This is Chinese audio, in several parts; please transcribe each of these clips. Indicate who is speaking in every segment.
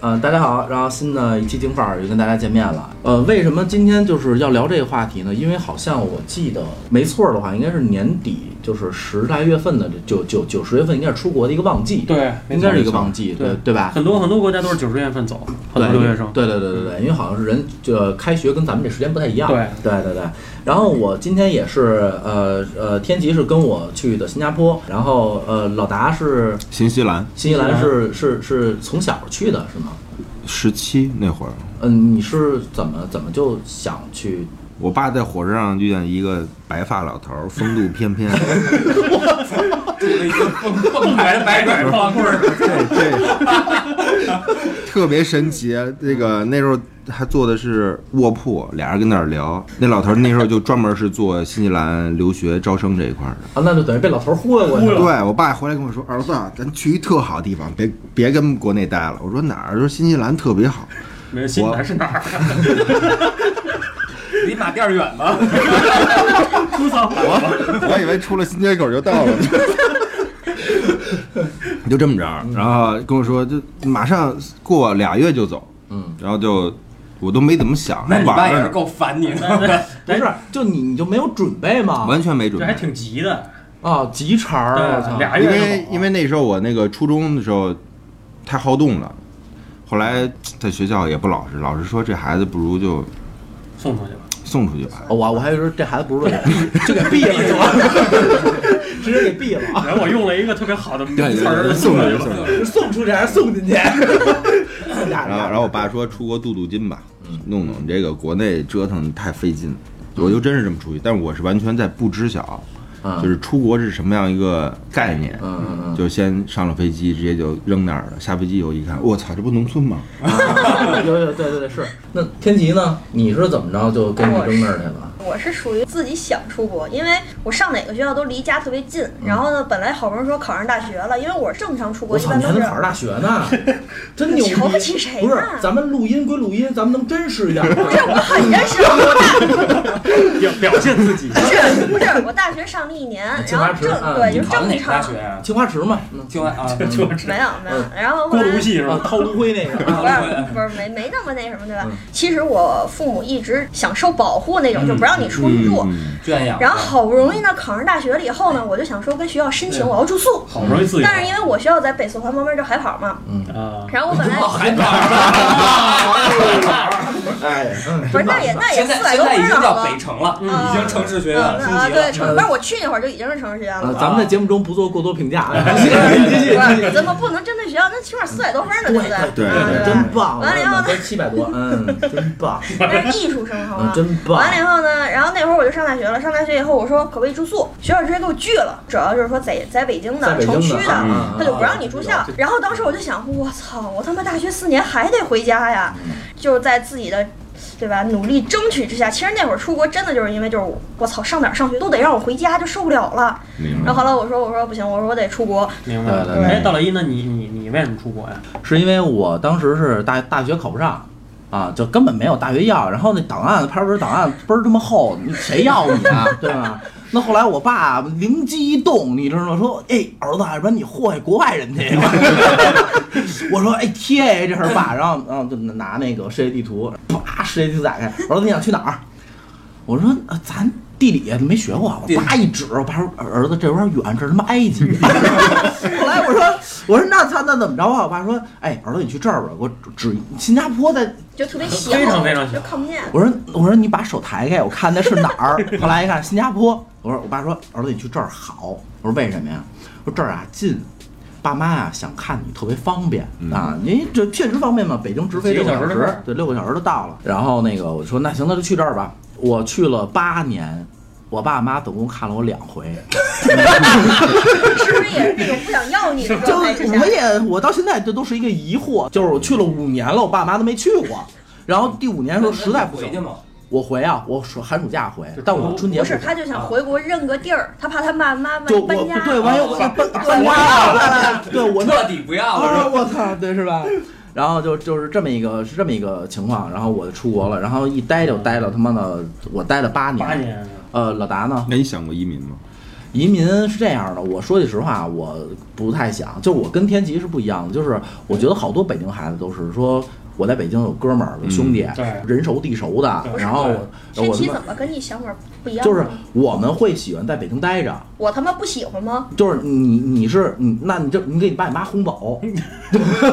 Speaker 1: 呃，大家好，然后新的一期京范儿又跟大家见面了。呃，为什么今天就是要聊这个话题呢？因为好像我记得没错儿的话，应该是年底，就是十来月份的，九九九十月份应该是出国的一个旺季，
Speaker 2: 对，
Speaker 1: 应该是一个
Speaker 2: 没错
Speaker 1: 旺季，对
Speaker 2: 对
Speaker 1: 对吧？
Speaker 2: 很多很多国家都是九十月份走，很
Speaker 1: 对，
Speaker 2: 多留学生。
Speaker 1: 对对对对对，因为好像是人呃开学跟咱们这时间不太一样。
Speaker 2: 对
Speaker 1: 对对对。然后我今天也是呃呃，天琪是跟我去的新加坡，然后呃老达是
Speaker 3: 新西兰
Speaker 1: 新西兰
Speaker 2: 新西
Speaker 1: 是是是从小去的是吗？
Speaker 3: 十七那会儿，
Speaker 1: 嗯、你是怎么怎么就想去？
Speaker 3: 我爸在火车上遇见一个白发老头儿，风度翩翩。
Speaker 2: 蹦白的白 拐棒棍儿，
Speaker 3: 对对， 特别神奇。那个那时候还坐的是卧铺，俩人跟那儿聊。那老头儿那时候就专门是做新西兰留学招生这一块儿的。
Speaker 1: 啊，那就等于被老头忽悠过去
Speaker 2: 忽
Speaker 1: 了。
Speaker 2: 悠
Speaker 3: 对我爸回来跟我说：“儿子，啊咱去一特好地方，别别跟国内待了。”我说哪儿？说新西兰特别好。
Speaker 2: 没新南是哪儿？ 离马甸远吗？ 出桑
Speaker 3: 我我以为出了新街口就到了。你 就这么着，然后跟我说，就马上过俩月就走，
Speaker 1: 嗯，
Speaker 3: 然后就我都没怎么想，还
Speaker 4: 那哎你
Speaker 3: 玩
Speaker 4: 爸
Speaker 3: 儿
Speaker 4: 也是
Speaker 3: 呢，
Speaker 4: 够烦你 的，
Speaker 1: 不是，就你你就没有准备吗？
Speaker 3: 完全没准
Speaker 2: 这还
Speaker 3: 备。
Speaker 2: 挺急的，
Speaker 1: 啊，急茬儿啊，我操！
Speaker 2: 俩
Speaker 3: 因
Speaker 2: 月
Speaker 3: 为因为那时候我那个初中的时候太好动了，后来在学校也不老实，老师说这孩子不如就
Speaker 2: 送出去了。
Speaker 3: 送出去吧。
Speaker 1: 哦我我还以为这孩子不是给 毙，就给毙了是 吧？直接给毙了。
Speaker 2: 然后我用了一个特别好的
Speaker 3: 对对
Speaker 2: 词儿
Speaker 3: 对
Speaker 2: 送
Speaker 3: 送
Speaker 2: 出去
Speaker 3: 出去送
Speaker 2: 了。
Speaker 3: 出去。
Speaker 1: 是送出去还是送 进去？
Speaker 4: 哎
Speaker 1: 俩
Speaker 3: 然后然后我爸说出国镀镀金吧，
Speaker 4: 嗯
Speaker 3: 弄弄这个国内折腾太费劲了，我就真是这么出去，但是我是完全在不知晓，
Speaker 1: 嗯
Speaker 3: 就是出国是什么样一个概念，
Speaker 1: 嗯嗯 嗯
Speaker 3: 就先上了飞机，直接就扔那儿了。下飞机以后一看，我操，这不农村吗？
Speaker 1: 啊 有有对对对是。那天琪呢？你是怎么着就给你扔那儿去了？
Speaker 5: 我是属于自己想出国，因为我上哪个学校都离家特别近。然后呢，本来好不容易说考上大学了，因为我正常出国
Speaker 1: 我
Speaker 5: 一
Speaker 1: 操，
Speaker 5: 般
Speaker 1: 你还
Speaker 5: 都
Speaker 1: 能
Speaker 5: 是
Speaker 1: 考上大学 呢，真牛逼！
Speaker 5: 瞧不起谁呢
Speaker 1: 不是，咱们录音归录音，咱们能真实一点 吗？
Speaker 5: 不啊是我很认识，我
Speaker 2: 表表现自己，
Speaker 5: 大学不是我大学上了一年，
Speaker 1: 清
Speaker 5: 然
Speaker 1: 华
Speaker 5: 后
Speaker 1: 池
Speaker 5: 正
Speaker 1: 嗯
Speaker 5: 对
Speaker 1: 你
Speaker 5: 就是
Speaker 4: 考的
Speaker 5: 正
Speaker 4: 哪个大
Speaker 5: 常
Speaker 4: 学，啊？
Speaker 1: 青花池嘛，嗯
Speaker 4: 就啊，
Speaker 2: 就是
Speaker 5: 没有没有
Speaker 1: 嗯。
Speaker 5: 然后后
Speaker 2: 锅
Speaker 5: 来
Speaker 2: 炉戏是
Speaker 1: 啊，
Speaker 2: 吧？
Speaker 1: 掏炉灰那个。
Speaker 5: 不是不是没没那么那什么对吧？其实我父母一直想受保护那种，
Speaker 2: 嗯
Speaker 5: 就不让你出去住。
Speaker 3: 嗯，
Speaker 4: 圈养。
Speaker 5: 然后好不容易呢考上大学了以后呢，我就想说跟学校申请
Speaker 2: 对
Speaker 5: 我要住宿，
Speaker 2: 好不容易自由
Speaker 5: 但是因为我学校在北四环旁边叫海跑嘛，
Speaker 2: 啊，
Speaker 5: 然后我本来
Speaker 4: 还哪？
Speaker 1: 哎，嗯，
Speaker 5: 不 是那也那也
Speaker 4: 现
Speaker 5: 四
Speaker 4: 在
Speaker 5: 百
Speaker 4: 现
Speaker 5: 多
Speaker 4: 在已
Speaker 5: 分
Speaker 4: 经
Speaker 5: 儿
Speaker 4: 叫
Speaker 5: 了吧
Speaker 4: 北。城了，
Speaker 5: 啊
Speaker 4: 已经城市学院
Speaker 5: 嗯
Speaker 4: 了，
Speaker 5: 啊，
Speaker 4: 初级了
Speaker 5: 对，。城，但是我去那会儿就已经是城市学院
Speaker 1: 啊
Speaker 5: 了。
Speaker 1: 咱们在节目中不做过多评价 啊。
Speaker 4: 继续
Speaker 1: 继续，继续。
Speaker 5: 怎么不能针对学校？那起码四百多分呢，
Speaker 1: 对
Speaker 5: 不对？
Speaker 3: 对
Speaker 5: 啊
Speaker 3: 对
Speaker 5: 吧
Speaker 1: 真棒！
Speaker 5: 完了以后呢
Speaker 1: 满分七百多，嗯，真棒，
Speaker 5: 那是艺术生，好
Speaker 1: 嗯，
Speaker 5: 吗？
Speaker 1: 真棒
Speaker 5: 完。了以后呢，然后那会儿我就上大学了。上大学以后，我说可不可以住宿？学校直接给我拒了，主要就是说在在北京
Speaker 1: 在
Speaker 5: 的
Speaker 1: 北京
Speaker 5: 城区
Speaker 1: 的啊，
Speaker 5: 的，
Speaker 1: 啊
Speaker 5: 他就不让你住校。然后当时我就想，我操，我他妈大学四年还得回家呀！就是在自己的，对吧？努力争取之下，其实那会儿出国真的就是因为就是我我操，上哪儿上学都得让我回家，就受不了了。
Speaker 3: 明
Speaker 5: 然
Speaker 3: 白
Speaker 5: 后。后来我说我说不行，我说我得出国，
Speaker 2: 明白
Speaker 1: 对
Speaker 2: 了。
Speaker 1: 对对
Speaker 2: 哎，大老一，那你你你为什么出国呀？
Speaker 1: 是因为我当时是大大学考不上。啊，就根本没有大学要，然后那档案派出所档案倍儿他妈厚，你谁要你啊， 对吧？那后来我爸灵机一动，你知道吗？说，哎，儿子，要不然你祸害国外人去。 我说，哎，贴这事儿爸，然后然后就拿那个世界地图，啪，世界地图打开，儿子你想去哪儿？我说，啊、咱地理没学过，啊我叭一指，我爸说，儿子这有点远，这是他妈埃及。 后来我说，我说那他那怎么着啊？我爸说，哎，儿子你去这儿吧，我指新加坡在。
Speaker 5: 就特别小，
Speaker 2: 非常非常小
Speaker 5: 就看不见。
Speaker 1: 我说我说你把手抬开，我看那是哪儿。 后来一看新加坡，我说我爸说儿子你去这儿好。我说为什么呀？我说这儿啊近。爸妈啊，想看你特别方便、啊，您这确实方便嘛，北京直飞
Speaker 2: 几
Speaker 1: 六
Speaker 2: 个
Speaker 1: 个
Speaker 2: 小
Speaker 1: 小
Speaker 2: 时的事
Speaker 1: 时
Speaker 2: 儿，
Speaker 1: 对，六个小时就到了。然后那个我说那行，那就去这儿吧。我去了八年，我爸妈总共看了我两回，
Speaker 5: 是不是也是那种不想要你的
Speaker 1: 就
Speaker 5: 状态之下
Speaker 1: 我？也我到现在这都是一个疑惑，就是我去了五年了，我爸妈都没去过。然后第五年的时候实在不
Speaker 4: 回去
Speaker 1: 行，
Speaker 4: 嘛，
Speaker 1: 我回啊，我暑寒暑假回，但我春节
Speaker 5: 不
Speaker 1: 回
Speaker 5: 是，他就想回国认个地儿，他怕他爸妈
Speaker 1: 就
Speaker 5: 万一
Speaker 1: 我不
Speaker 5: 搬家。
Speaker 1: 对，完了我
Speaker 4: 啊
Speaker 1: 搬
Speaker 5: 啊
Speaker 1: 哦搬家了，对我那
Speaker 4: 彻底不要
Speaker 5: 嗯
Speaker 1: 啊
Speaker 4: 了。
Speaker 1: 我操，对是吧？然后就就是这么一个是这么一个情况，然后我就出国了，然后一待就待了他妈的，我待了八年。
Speaker 2: 八年，
Speaker 1: 呃，老达呢？
Speaker 3: 那你想过移民吗？
Speaker 1: 移民是这样的，我说句实话，我不太想，就我跟天琪是不一样的，就是我觉得好多北京孩子都是说。我在北京有哥们儿、有
Speaker 5: 嗯
Speaker 1: 兄弟，
Speaker 2: 对
Speaker 1: 人熟地熟的。
Speaker 2: 对
Speaker 1: 然后我
Speaker 5: 天
Speaker 1: 我
Speaker 5: 琪
Speaker 1: 他妈
Speaker 5: 怎么跟你想法不一样？
Speaker 1: 就是我们会喜欢在北京待着，
Speaker 5: 我他妈不喜欢吗？
Speaker 1: 就是你你是你，那你就你给你爸你妈轰走，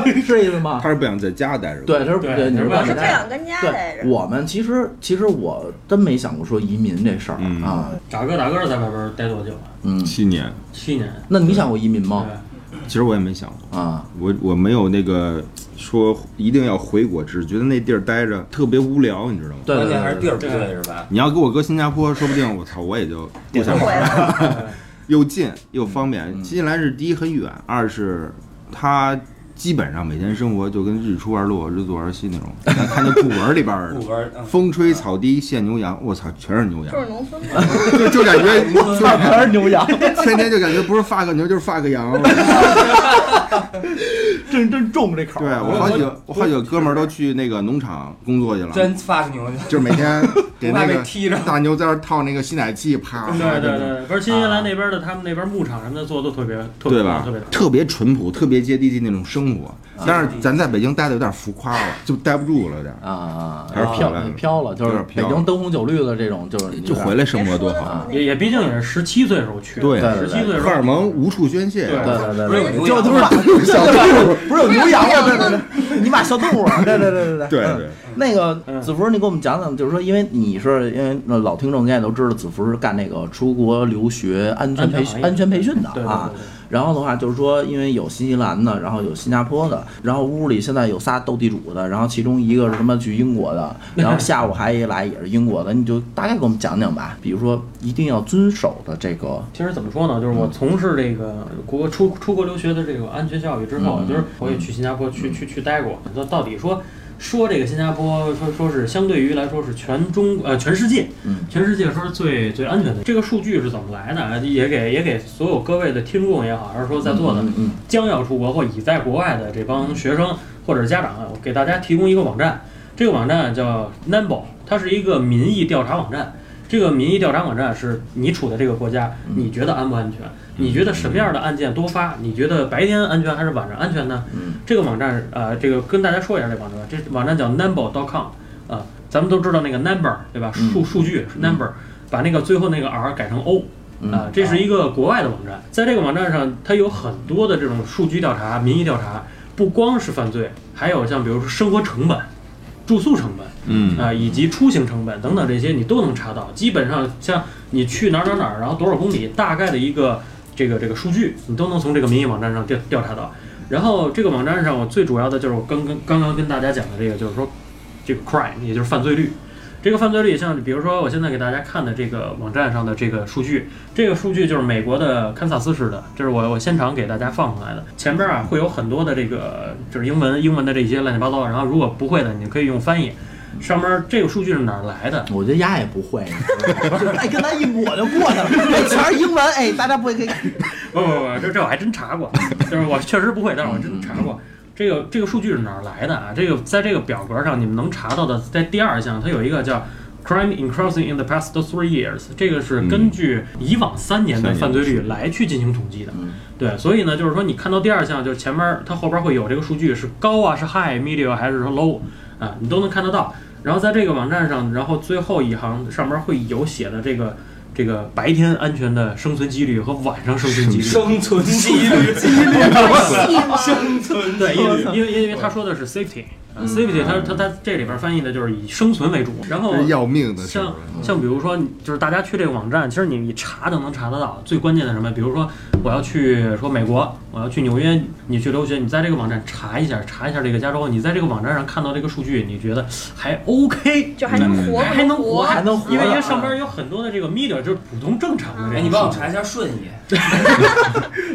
Speaker 1: 是这意思吗？
Speaker 3: 他是不想在家待着。，
Speaker 1: 啊对，他是
Speaker 2: 对
Speaker 1: 你是
Speaker 2: 我
Speaker 5: 我
Speaker 1: 外
Speaker 5: 是
Speaker 1: 面
Speaker 5: 不
Speaker 1: 待着。
Speaker 5: 想跟家待
Speaker 1: 对，
Speaker 5: 着。
Speaker 1: 我们其实其实我真没想过说移民这事儿
Speaker 3: 嗯
Speaker 1: 啊，
Speaker 2: 大哥大哥在外边待多久啊？
Speaker 1: 嗯，
Speaker 3: 七年，
Speaker 2: 七年。
Speaker 1: 那你想过移民
Speaker 3: 哦
Speaker 1: 吗？
Speaker 2: 对，
Speaker 3: 其实我也没想过，
Speaker 1: 啊，
Speaker 3: 我我没有那个说一定要回国，只是觉得那地儿待着特别无聊，你知道吗？
Speaker 1: 对
Speaker 4: 关
Speaker 1: 对
Speaker 4: 键还是
Speaker 1: 对
Speaker 4: 地
Speaker 1: 对，
Speaker 4: 儿不对是吧？
Speaker 3: 你要给我搁新加坡，说不定我操，我也就不想
Speaker 5: 不回
Speaker 3: 玩。
Speaker 5: 来了，
Speaker 3: 又近又方便。
Speaker 1: 嗯
Speaker 3: 新西兰是第一很远，二是它基本上每天生活就跟日出而落、日作而息那种。咱看那古文里边儿
Speaker 4: 不
Speaker 3: 的，
Speaker 4: 玩，嗯
Speaker 3: 风吹草低见牛羊，我操，全是牛羊
Speaker 5: 就，是农村嘛。
Speaker 3: 就就感觉就
Speaker 1: 全是牛羊，
Speaker 3: 天天就感觉不是发个牛就是发个羊。
Speaker 1: 真真重这口
Speaker 3: 对我好几个我好几个哥们儿都去那个农场工作去了，
Speaker 4: 真 fuck 牛去，
Speaker 3: 就是每天给那
Speaker 4: 怕被
Speaker 3: 个
Speaker 4: 踢着。
Speaker 3: 大牛在那儿套那个吸奶器，啪，
Speaker 2: 对对对，不是新西兰那边的，他们那边牧场什么的做的都特别特别
Speaker 3: 对吧
Speaker 2: 特别？
Speaker 3: 特别淳朴，特别接地气那种生活。但是咱在北京待的有点浮夸了，就待不住了，有点。
Speaker 1: 啊，
Speaker 3: 还是漂亮
Speaker 1: 飘飘了，就是
Speaker 3: 有点
Speaker 1: 北
Speaker 3: 飘
Speaker 1: 京灯红酒绿的这种，就是
Speaker 3: 就回来生活多好。
Speaker 1: 啊
Speaker 2: 也也毕竟也是十七岁时候去的，
Speaker 3: 对
Speaker 2: 十七岁时候
Speaker 3: 荷尔蒙无处宣泄，
Speaker 1: 对对对
Speaker 4: 不是有
Speaker 1: 对，
Speaker 4: 牛
Speaker 1: 就
Speaker 4: 羊
Speaker 1: 他妈小动物，不是有牛羊吗？对对对，你把小动物啊，对对对对
Speaker 3: 对
Speaker 1: 嗯
Speaker 3: 对，
Speaker 1: 那个
Speaker 2: 嗯
Speaker 1: 子福，你给我们讲讲，就是说，因为你是因为那老听众应该也都知道，子福是干那个出国留学安全培
Speaker 2: 安全行业
Speaker 1: 安全培训的
Speaker 2: 对对
Speaker 1: 啊
Speaker 2: 对。对
Speaker 1: 然后的话就是说，因为有新西兰的，然后有新加坡的，然后屋里现在有仨斗地主的，然后其中一个是什么去英国的，然后下午还一来也是英国的，你就大概给我们讲讲吧。比如说一定要遵守的这个，
Speaker 2: 其实怎么说呢，就是我
Speaker 3: 嗯
Speaker 2: 从事这个国出出国留学的这个安全教育之后，
Speaker 1: 嗯
Speaker 2: 就是我也去新加坡去去去待过。那到底说说这个新加坡，说说是相对于来说是全中呃全世界，
Speaker 1: 嗯
Speaker 2: 全世界说是最最安全的。这个数据是怎么来的？也给也给所有各位的听众也好，还是说在座的
Speaker 1: 嗯嗯
Speaker 2: 将要出国或已在国外的这帮学生或者是家长，我给大家提供一个网站，这个网站叫 Number，它是一个民意调查网站。这个民意调查网站是你处的这个国家，
Speaker 1: 嗯
Speaker 2: 你觉得安不安全？你觉得什么样的案件多发？你觉得白天安全还是晚上安全呢？
Speaker 1: 嗯
Speaker 2: 这个网站，呃，这个跟大家说一下这网站，这网站叫 number.com，啊、咱们都知道那个 number 对吧？
Speaker 1: 嗯
Speaker 2: 数数据是 number，、把那个最后那个 r 改成 o，
Speaker 1: 嗯
Speaker 2: 啊、这是一个国外的网站，在这个网站上，它有很多的这种数据调查、民意调查，不光是犯罪，还有像比如说生活成本、住宿成本。
Speaker 3: 嗯
Speaker 2: 啊、以及出行成本等等这些你都能查到。基本上像你去哪儿哪儿哪儿，然后多少公里，大概的一个这个这个数据，你都能从这个民意网站上调调查到。然后这个网站上，我最主要的就是我刚刚刚刚跟大家讲的这个，就是说这个 crime，也就是犯罪率。这个犯罪率，像比如说我现在给大家看的这个网站上的这个数据，这个数据就是美国的堪萨斯市的，这是我我现场给大家放上来的。前边啊会有很多的这个就是英文英文的这些乱七八糟，然后如果不会的，你可以用翻译。上面这个数据是哪儿来的？
Speaker 1: 我觉得丫也不会， 哎，跟咱一抹就过去了，哎，全是英文，哎，大家不会可以，
Speaker 2: 不不不，这这我还真查过，就是我确实不会，但是我真查过。这个这个数据是哪儿来的啊？这个在这个表格上你们能查到的，在第二项它有一个叫 crime increasing in the past three years，这个是根据以往嗯三年的犯罪率来去进行统计的。
Speaker 1: 嗯
Speaker 2: 对，所以呢，就是说你看到第二项，就是前面儿它后边儿会有这个数据是高啊，是 high、medium 还是说 low 啊，你都能看得到。然后在这个网站上，然后最后一行上面儿会有写的这个这个白天安全的生存几率和晚上生存几率。
Speaker 4: 生存几率，几率，生存
Speaker 2: 对，因为
Speaker 4: 几率。
Speaker 2: 因为因为他说的是 safety，啊 safety，他他他这里边翻译的就是以生存为主。然后
Speaker 3: 嗯这是要命的事儿
Speaker 2: 像。像比如说，就是大家去这个网站，其实你一查就能查得到。最关键的是什么？比如说我要去说美国，我要去纽约，你去留学，你在这个网站查一下，查一下这个加州，你在这个网站上看到这个数据，你觉得还 OK，嗯
Speaker 5: 就还能活不
Speaker 2: 还能活，
Speaker 1: 还能活
Speaker 2: 因为因
Speaker 1: 啊
Speaker 2: 为上边有很多的这个 media，就是普通正常的这
Speaker 4: 哎，
Speaker 2: 种。
Speaker 4: 你帮我查一下顺义，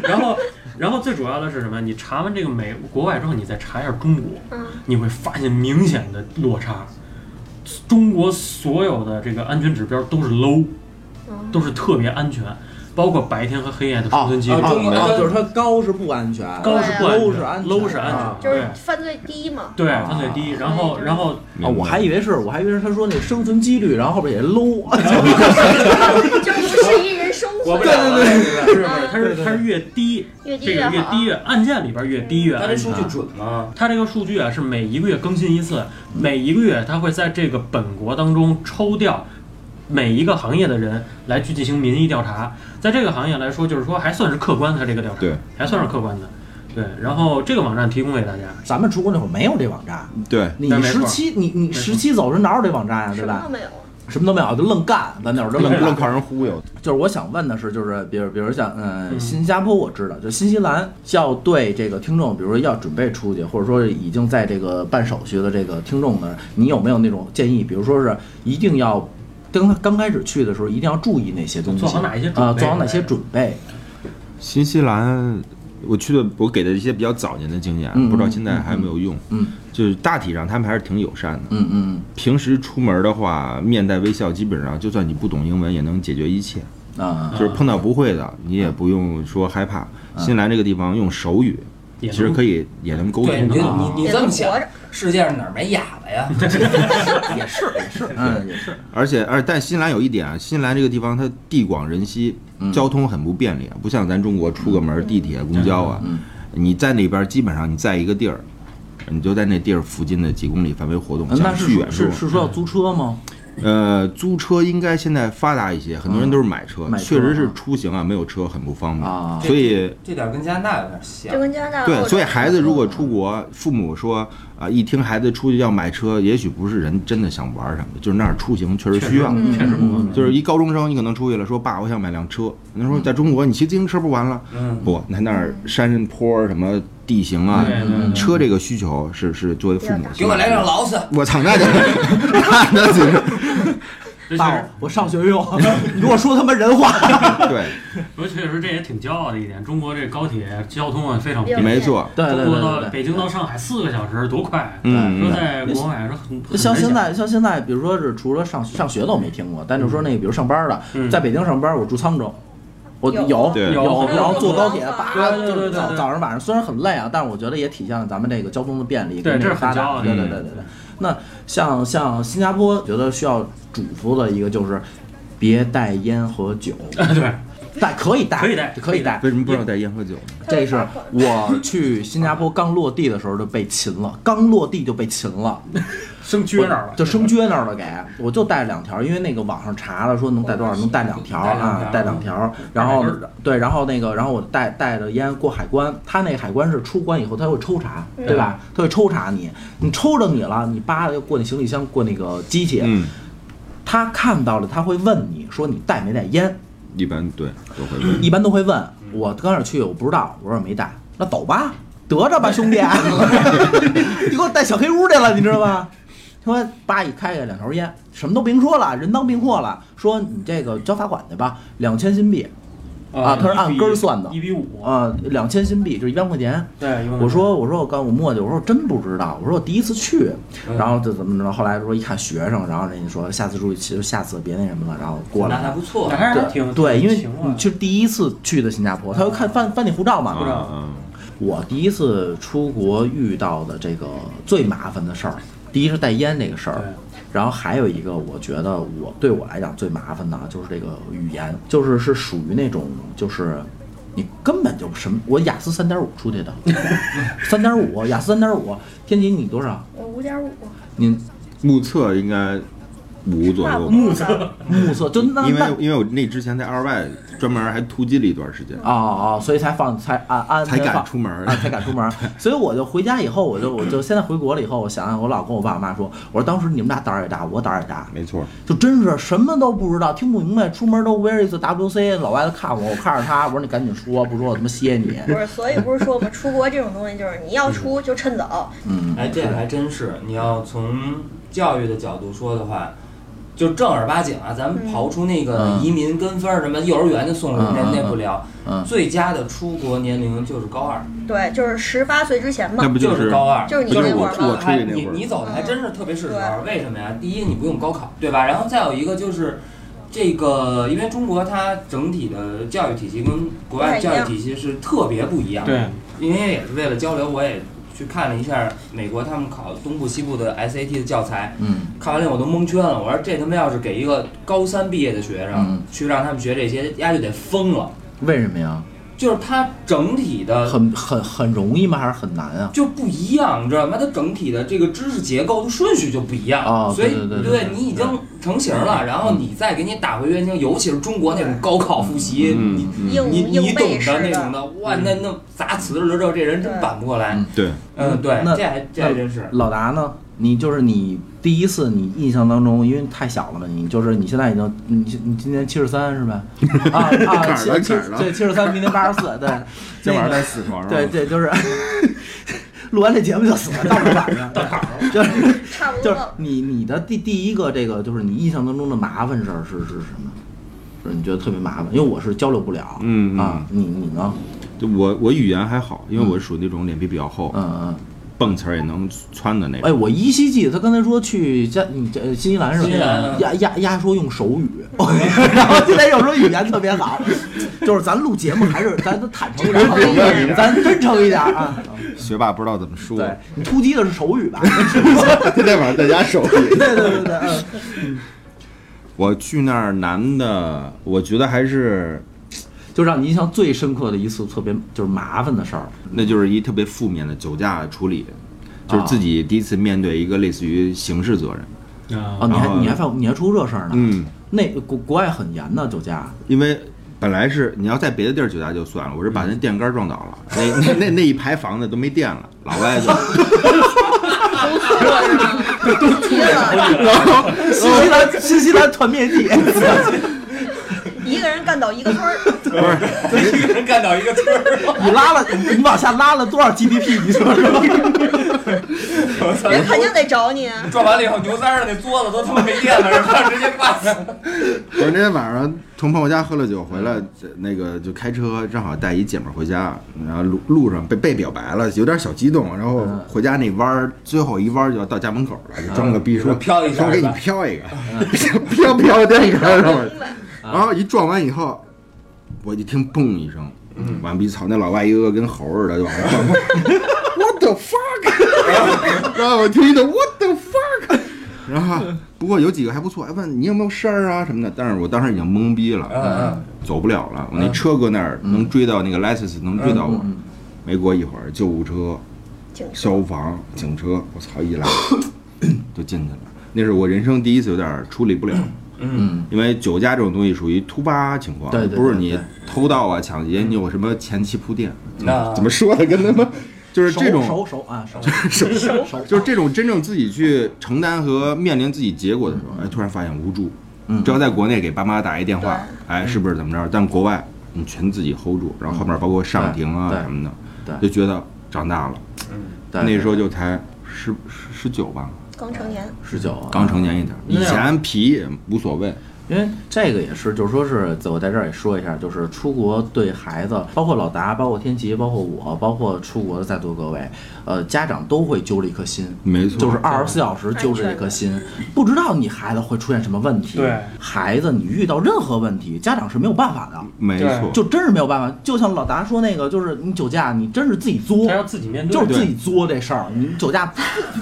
Speaker 2: 然后，然后最主要的是什么？你查完这个美国外之后，你再查一下中国，
Speaker 5: 嗯
Speaker 2: 你会发现明显的落差。中国所有的这个安全指标都是 low，
Speaker 5: 嗯
Speaker 2: 都是特别安全，包括白天和黑夜的生存几率
Speaker 4: 哦。中国
Speaker 1: 啊，就是它高是不安全，
Speaker 2: 高是不
Speaker 1: ，low 是
Speaker 2: 安
Speaker 1: 安
Speaker 2: 全
Speaker 1: 全
Speaker 2: ，low 是
Speaker 1: 啊
Speaker 2: 安
Speaker 5: 啊就
Speaker 2: 全，
Speaker 5: 是犯罪低嘛。
Speaker 2: 对对，犯罪低。然后，然后
Speaker 1: 啊，我还以为是，我 还以为是他说那生存几率，然后后边也 low，
Speaker 5: 就不是一人生
Speaker 2: 活不
Speaker 5: 回
Speaker 2: 了
Speaker 5: 来
Speaker 2: 了，对
Speaker 3: 对
Speaker 2: 对，是不是？它是它是越低，
Speaker 5: 越低
Speaker 2: 这个越
Speaker 5: 好啊
Speaker 2: 低。越案件里边越低越
Speaker 4: 嗯那
Speaker 2: 安
Speaker 4: 这
Speaker 2: 全。
Speaker 4: 数据准吗？
Speaker 2: 它这个数据啊是每一个月更新一次，每一个月它会在这个本国当中抽调每一个行业的人来去进行民意调查。在这个行业来说，就是说还算是客观，它这个调查
Speaker 3: 对
Speaker 2: 还算是客观的。对，然后这个网站提供给大家，
Speaker 1: 咱们出国那会儿没有这网站，
Speaker 3: 对，
Speaker 1: 你
Speaker 2: 那没错
Speaker 1: 十七你你
Speaker 2: 错
Speaker 1: 十七走时哪有这网站呀、啊对
Speaker 5: 什么
Speaker 1: 吧
Speaker 5: 都？没有，
Speaker 1: 什么都没有，就愣干，咱那会儿就愣干。
Speaker 3: 愣靠人忽悠，
Speaker 1: 就是我想问的是，就是比如比如像呃
Speaker 2: 嗯
Speaker 1: 新加坡，我知道，就新西兰要对这个听众，比如说要准备出去，或者说已经在这个办手续的这个听众呢，你有没有那种建议？比如说是一定要刚刚开始去的时候，一定要注意哪些东西？
Speaker 2: 做好哪一些准备
Speaker 1: 啊？做好哪些准备？
Speaker 3: 新西兰，我去的我给的一些比较早年的经验，啊
Speaker 1: 嗯
Speaker 3: 不知道现在还有没有用。
Speaker 1: 嗯
Speaker 3: 就是大体上他们还是挺友善的。
Speaker 1: 嗯嗯
Speaker 3: 平时出门的话，面带微笑，基本上就算你不懂英文也能解决一切。
Speaker 1: 嗯啊
Speaker 3: 就是碰到不会的，你
Speaker 1: 嗯
Speaker 3: 也不用说害怕。新西兰这个地方用手语，
Speaker 2: 也
Speaker 3: 其
Speaker 2: 能
Speaker 3: 实可以也能沟
Speaker 4: 对，
Speaker 3: 通
Speaker 4: 你就
Speaker 3: 的。
Speaker 4: 你你
Speaker 5: 也
Speaker 4: 这么
Speaker 5: 能
Speaker 4: 想
Speaker 5: 活着，
Speaker 4: 世界上哪儿没哑巴呀？
Speaker 1: 也是也是嗯也是
Speaker 3: 而且而但新西兰有一点啊，新西兰这个地方它地广人稀，
Speaker 1: 嗯
Speaker 3: 交通很不便利，不像咱中国出个门地铁、公交啊
Speaker 1: 嗯，
Speaker 3: 你在那边基本上你在一个地儿，你就在那地儿附近的几公里范围活动，
Speaker 1: 嗯那
Speaker 3: 想
Speaker 1: 是
Speaker 3: 去远
Speaker 1: 说
Speaker 3: 处
Speaker 1: 是。是说要租车吗？
Speaker 3: 呃，租车应该现在发达一些，很多人都是买车，
Speaker 1: 嗯买车
Speaker 3: 确实是出行啊，没有车很不方便，
Speaker 1: 啊
Speaker 3: 所以
Speaker 4: 这点跟加拿大有点像
Speaker 5: 就。跟加拿
Speaker 4: 嗯
Speaker 5: 大
Speaker 3: 对，
Speaker 5: 或者
Speaker 3: 所以孩子如果出国，父母说啊、一听孩子出去要买车，也许不是人真的想玩什么，就是那儿出行确实需要。
Speaker 5: 嗯
Speaker 2: 确实不方便。
Speaker 3: 就是一高中生，你可能出去了，说爸，我想买辆车。那时候在中国，你骑自行车不完了？
Speaker 4: 嗯，
Speaker 3: 不，那那儿山坡儿什么地形啊
Speaker 2: 对嗯对，对
Speaker 1: 嗯
Speaker 3: 车这个需求是是作为父母。
Speaker 4: 给我来辆。劳斯。
Speaker 3: 我操， 那就那那自行车
Speaker 2: 这确
Speaker 1: 爸
Speaker 2: 实，，
Speaker 1: 我上学用， 你给我说他妈人话。
Speaker 3: 对，
Speaker 2: 我确实这也挺骄傲的一点。中国这高铁交通啊非常便利，
Speaker 3: 没错，
Speaker 1: 对对
Speaker 2: 中国
Speaker 1: 对对
Speaker 2: 到
Speaker 1: 对。
Speaker 2: 北京到上海四个小时多快！
Speaker 3: 嗯
Speaker 2: 说
Speaker 3: 嗯
Speaker 2: 在国外说很很
Speaker 1: 像
Speaker 2: 难
Speaker 1: 现
Speaker 2: 想
Speaker 1: 在，像现在，比如说是除了上上学的我没听过，但就说那个，比如上班的，
Speaker 2: 嗯
Speaker 1: 在北京上班，我住沧州，我
Speaker 5: 有
Speaker 1: 有
Speaker 3: 对
Speaker 2: 有
Speaker 1: 然后坐高铁，
Speaker 5: 有
Speaker 1: 叭，
Speaker 2: 对对对
Speaker 1: 就是
Speaker 2: 对
Speaker 1: 早
Speaker 2: 对
Speaker 1: 早上晚上虽然很累啊，但是我觉得也体现了咱们这个交通的便利，
Speaker 2: 对
Speaker 1: 跟
Speaker 2: 这
Speaker 1: 个
Speaker 2: 是很
Speaker 1: 发
Speaker 2: 骄
Speaker 1: 达，
Speaker 2: 傲的
Speaker 1: 对对
Speaker 3: 嗯
Speaker 1: 对对对。那像像新加坡，觉得需要嘱咐的一个就是，别带烟和酒，
Speaker 2: 对，
Speaker 1: 带可以带，
Speaker 2: 可以带
Speaker 1: 可以带。
Speaker 3: 为什么不让我带烟喝酒呢？
Speaker 1: 这是我去新加坡刚落地的时候就被擒了，刚落地就被擒了。
Speaker 2: 生撅那儿了，
Speaker 1: 就生撅那儿了给，我就带了两条，因为那个网上查了说能带多少，能带两条啊，带
Speaker 4: 带
Speaker 1: 两
Speaker 4: 两
Speaker 1: 条。然后
Speaker 2: 带两根
Speaker 1: 对，然后那个，然后我带带着烟过海关，他那海关是出关以后他会抽查，
Speaker 5: 嗯
Speaker 1: 对吧？他会抽查你，你抽着你了，你扒就过那行李箱，过那个机器，
Speaker 3: 嗯，
Speaker 1: 他看到了他会问你说你带没带烟，
Speaker 3: 一般对都会
Speaker 4: 嗯
Speaker 3: 问。
Speaker 1: 一般都会问我刚那儿去我不知道，我说没带，那走吧，得着吧兄弟， 你给我带小黑屋去了，你知道吗？他说叭一开开两条烟，什么都甭说了，人当病货了，说你这个交罚款去吧，两千新币啊它是按根儿算的
Speaker 2: 嗯一比五，
Speaker 1: 啊，两、0千新币就是一万块钱。
Speaker 2: 对，一万
Speaker 1: 我说我说我刚我磨叽，我说我真不知道，我说我第一次去，然后就怎么着，后来说一看学生，然后人家说下次注意，其实下次别那什么了，然后过来
Speaker 4: 那
Speaker 1: 了
Speaker 4: 还不错
Speaker 2: 那。还是挺
Speaker 1: 对对，因为
Speaker 2: 挺
Speaker 1: 你是第一次去的新加坡，他会看翻翻你护照嘛。
Speaker 2: 知道
Speaker 3: 啊，
Speaker 1: 我第一次出国遇到的这个最麻烦的事儿，第一是带烟这个事儿
Speaker 2: 对，
Speaker 1: 然后还有一个我觉得我对我来讲最麻烦的啊就是这个语言，就是是属于那种就是。你根本就什么，我雅思三点五出去的，三点五，雅思三点五，天津你多少？
Speaker 5: 我五点五，
Speaker 1: 您
Speaker 3: 目测应该五左
Speaker 5: 那
Speaker 3: 右
Speaker 5: 不
Speaker 3: 吧。
Speaker 5: 够的。
Speaker 1: 目测就那
Speaker 3: 因为
Speaker 1: 那
Speaker 3: 因为我那之前在二外专门还突击了一段时间，
Speaker 1: 哦哦，所以才放才安安
Speaker 3: 才敢
Speaker 1: 放
Speaker 3: 出门儿
Speaker 1: 啊，才敢出门儿。所以我就回家以后，我就我就现在回国了以后，我想想我老跟我爸我妈说，我说当时你们俩胆儿也大，我胆儿也大，
Speaker 3: 没错，
Speaker 1: 就真是什么都不知道，听不明白，出门都 Where is WC？老外都看我，我看着他，我说你赶紧说，不说我他妈歇你。
Speaker 5: 不是，所以不是说我们出国这种东西，就是你要出就趁早，
Speaker 1: 嗯，
Speaker 4: 哎，这还真是，你要从教育的角度说的话，就正儿八经啊，咱们
Speaker 5: 嗯
Speaker 4: 刨出那个
Speaker 1: 嗯
Speaker 4: 移民跟分儿什么幼儿园的送人
Speaker 1: 嗯嗯
Speaker 4: 那
Speaker 1: 嗯
Speaker 4: 那不聊
Speaker 1: 嗯，
Speaker 4: 最佳的出国年龄就是高二，
Speaker 5: 对，就是十八岁之前嘛
Speaker 3: 那。不
Speaker 4: 就是高二，
Speaker 5: 就是你
Speaker 3: 不是
Speaker 5: 那
Speaker 3: 我
Speaker 5: 会儿嘛
Speaker 3: 我出去那
Speaker 4: 你
Speaker 3: 会
Speaker 4: 你
Speaker 3: 儿，
Speaker 4: 走的还真是特别是时候，
Speaker 5: 嗯
Speaker 4: 为什么呀？第一，你不用高考，对吧？然后再有一个就是。这个，因为中国它整体的教育体系跟国外
Speaker 5: 不太一
Speaker 4: 教育
Speaker 5: 样
Speaker 4: 体系是特别不一样的，
Speaker 2: 对，
Speaker 4: 因为也是为了交流，我也去看了一下美国他们考东部西部的 SAT 的教材，
Speaker 1: 嗯
Speaker 4: 看完了我都蒙圈了。我说这他妈要是给一个高三毕业的学生、
Speaker 1: 嗯
Speaker 4: 去让他们学这些，丫就得疯了。
Speaker 1: 为什么呀？
Speaker 4: 就是它整体的
Speaker 1: 很很很容易吗？还是很难啊？
Speaker 4: 就不一样，你知道吗？它整体的这个知识结构的顺序就不一样，
Speaker 1: 哦
Speaker 4: 所以
Speaker 1: 对对对对嗯
Speaker 4: 你已经成型了，然后你再给你打回原形，尤其是中国那种高考复习，
Speaker 3: 嗯
Speaker 4: 你
Speaker 5: 硬
Speaker 4: 你你
Speaker 5: 硬
Speaker 4: 懂
Speaker 5: 背式
Speaker 4: 的那种
Speaker 5: 的，
Speaker 4: 的，哇，那那砸瓷了之后，这人真
Speaker 5: 对
Speaker 4: 扳不过来
Speaker 1: 嗯。
Speaker 3: 对，
Speaker 4: 嗯，对，
Speaker 1: 那
Speaker 4: 这还这还真是。
Speaker 1: 老达呢？你就是你第一次，你印象当中，因为太小了嘛，你就是你现在已经，你你今年七十三是 吧？啊啊，
Speaker 3: 坎儿
Speaker 1: 七
Speaker 3: 了
Speaker 1: 七
Speaker 3: 坎儿了
Speaker 1: 对七十三，明年八十四，对，
Speaker 3: 今
Speaker 1: 那
Speaker 3: 晚上
Speaker 1: 个
Speaker 3: 在死床上，
Speaker 1: 对，对，就是 录完这节目就死了，到这晚上，就是
Speaker 5: 差不多
Speaker 1: 就是
Speaker 5: 了。
Speaker 1: 你你的第第一个这个就是你印象当中的麻烦事儿是是什么？就是你觉得特别麻烦，因为我是交流不了，
Speaker 3: 嗯
Speaker 1: 啊，你你呢？
Speaker 3: 就我我语言还好，因为我是属于那种脸皮比较厚，
Speaker 1: 嗯
Speaker 3: 蹦词儿也能窜的那
Speaker 1: 嗯，哎，
Speaker 3: 种。
Speaker 1: 我依稀记得他刚才说去加你这新西兰是吧？
Speaker 4: 新西兰嗯
Speaker 1: 丫丫丫说用手语， 然后现在又说语言特别好，就是咱录节目还是咱都坦诚一点，好
Speaker 5: 真诚一
Speaker 1: 吧咱真诚一点啊。
Speaker 3: 学霸不知道怎么说，
Speaker 1: 对你突击的是手语吧？
Speaker 3: 他在晚上在家手
Speaker 1: 对对对对，嗯
Speaker 3: 我去那儿难的，我觉得还是
Speaker 1: 就让你印象最深刻的一次特别就是麻烦的事儿。
Speaker 3: 那就是一特别负面的酒驾处理，
Speaker 1: 啊
Speaker 3: 就是自己第一次面对一个类似于刑事责任。
Speaker 1: 哦，
Speaker 2: 啊，
Speaker 1: 你还
Speaker 3: 然后
Speaker 1: 你还犯你还出这事儿呢？
Speaker 3: 嗯，
Speaker 1: 那国国外很严的酒驾，
Speaker 3: 因为本来是你要在别的地儿酒驾就算了，我是把那电杆撞倒 了，那那那那一排房子都没电了， 老外就
Speaker 5: 急 了，
Speaker 1: 新西兰新西兰团灭地，
Speaker 5: 一个人干倒一个村儿，
Speaker 4: 所以一个人干倒一个村儿，
Speaker 1: 你拉了你往下拉了多少 GDP？你说说，
Speaker 4: 我操！
Speaker 5: 人肯定得找你。
Speaker 4: 撞完了以后，牛三儿那桌子都他妈没电了，然后直接挂 了。
Speaker 3: 我那天晚上从朋友家喝了酒回来，那个就开车，正好带一姐们儿回家，然后路路上被被表白了，有点小激动，然
Speaker 4: 嗯
Speaker 3: 后回家那弯儿最后一弯儿就要到家门口了，就装个逼说
Speaker 4: 嗯飘一下
Speaker 3: 说给
Speaker 4: 是
Speaker 3: 你
Speaker 4: 吧嗯
Speaker 3: 飘一个， 飘飘这个，然后
Speaker 5: 明白
Speaker 3: 然后一撞完以后，我就听嘣一声，完逼操，那老外一个个跟猴似的就往上撞，What the fuck！然后 我听一顿 What the fuck！然后不过有几个还不错，还哎问你有没有事儿啊什么的，但是我当时已经懵逼了，
Speaker 4: 嗯嗯
Speaker 3: 走不了了，我那车搁那儿、能追到那个 license 能追到我，没过一会儿救护车、
Speaker 5: 警车
Speaker 3: 消防、警车，我操一来就进去了，那是我人生第一次有点儿处理不了。
Speaker 4: 嗯，
Speaker 3: 因为酒驾这种东西属于突发情况，
Speaker 1: 对对对
Speaker 3: 不是你
Speaker 1: 对
Speaker 3: 偷盗啊、抢劫，你有什么前期铺垫？
Speaker 4: 那
Speaker 3: 怎么说的？跟他妈 就是这种，
Speaker 1: 啊熟熟啊熟熟熟，
Speaker 3: 就是 这种真正自己去承担和面临自己结果的时候，哎，突然发现无助。
Speaker 1: 嗯
Speaker 3: 只要在国内给爸妈打一电话，哎，是不是怎么着？但国外你全自己 hold 住，然后后面包括上庭啊
Speaker 1: 对对
Speaker 3: 什么的，
Speaker 1: 对
Speaker 3: 就觉得长大了。
Speaker 1: 对
Speaker 3: 那时候就才十十十九吧，
Speaker 5: 刚成年，
Speaker 1: 十九啊，
Speaker 3: 刚成年一点，以前皮也无所谓。
Speaker 1: 因为这个也是，就是说是我在这儿也说一下，就是出国对孩子，包括老达，包括天琪，包括我，包括出国的在座各位，呃，家长都会揪着一颗心，
Speaker 3: 没错
Speaker 1: 就是二十四小时揪着一颗心，不知道你孩子会出现什么问题。
Speaker 2: 对
Speaker 1: 孩子，你遇到任何问题，家长是没有办法的，
Speaker 3: 没
Speaker 2: 对
Speaker 3: 错，
Speaker 1: 就真是没有办法。就像老达说那个，就是你酒驾，你真是自己作，
Speaker 2: 他要自己面对，
Speaker 1: 就是自
Speaker 2: 对
Speaker 1: 己作这事儿，你酒驾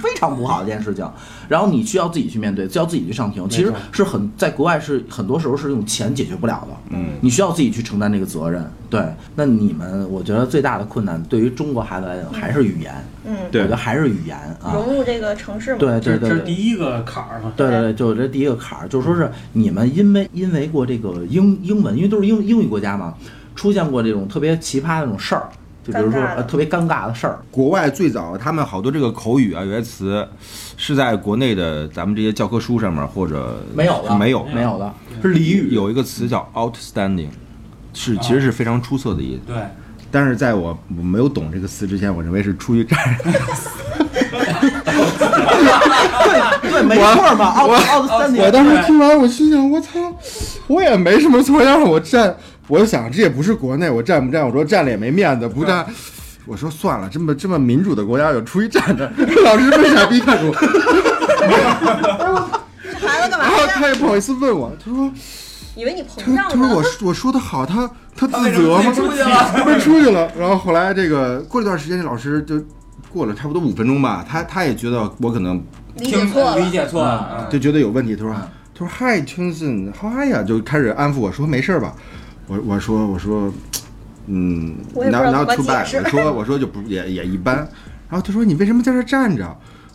Speaker 1: 非常不好的一件事情，然后你需要自己去面对，需要自己去上庭，其实
Speaker 2: 错
Speaker 1: 是很在国外是很多时候是用钱解决不了的，嗯，你需要自己去承担这个责任。对，那你们我觉得最大的困难对于中国孩子来讲还是语言，
Speaker 5: 嗯，
Speaker 1: 我
Speaker 3: 对
Speaker 1: 觉得还是语言啊，
Speaker 5: 融入这个城市嘛。
Speaker 1: 对
Speaker 2: 这
Speaker 1: 对对
Speaker 2: 这是第
Speaker 1: 对。
Speaker 2: 一个坎儿嘛。
Speaker 1: 对对对，就是这第一个坎儿，就是说是你们因为因为过这个英英文，因为都是英英语国家嘛，出现过这种特别奇葩的那种事儿，就比如说
Speaker 5: 尴尬的
Speaker 1: 呃特别尴尬的事儿，
Speaker 3: 国外最早他们好多这个口语啊，有些词是在国内的咱们这些教科书上面或者
Speaker 1: 没有了，
Speaker 3: 没有
Speaker 1: 没有了，
Speaker 3: 是俚语，有一个词叫 outstanding，是其实是非常出色的意思。
Speaker 4: 对，
Speaker 3: 但是在我我没有懂这个词之前，我认为是出于战
Speaker 1: 对对，没错儿嘛，奥奥斯三
Speaker 3: 我
Speaker 1: 年，
Speaker 3: 当时听完，我心想，我操，我也没什么错，要是我站，我就想这也不是国内，我站不站？我说站了也没面子，不站。我说算了，这么这么民主的国 家有出去站着，老师被傻逼看着我，
Speaker 5: 这孩子
Speaker 3: 然
Speaker 5: 干嘛
Speaker 3: 后
Speaker 5: 呀？
Speaker 3: 他也不好意思问我，他说
Speaker 5: 以为你膨
Speaker 3: 他
Speaker 5: 胀
Speaker 3: 他说
Speaker 5: 呢
Speaker 3: 我？说我说的好，他他
Speaker 4: 哎他
Speaker 3: 自
Speaker 4: 为什
Speaker 3: 责
Speaker 4: 么
Speaker 3: 吗？
Speaker 4: 自己出去了？
Speaker 3: 被出去了。然后后来这个过了一段时间，这老师就过了差不多五分钟吧，他他也觉得我可能
Speaker 5: 理解错了
Speaker 4: 理。解错了，
Speaker 3: 就觉得有问题，他说
Speaker 1: 嗯
Speaker 3: 他说嗨，春子，how are you？就开始安抚我说没事儿吧，我我说我说嗯，
Speaker 5: 我也不知道
Speaker 3: not not
Speaker 5: 怎
Speaker 3: too
Speaker 5: 么
Speaker 3: bad，
Speaker 5: 解释
Speaker 3: 我说我说就不也也一般，然后他说你为什么在这儿站着？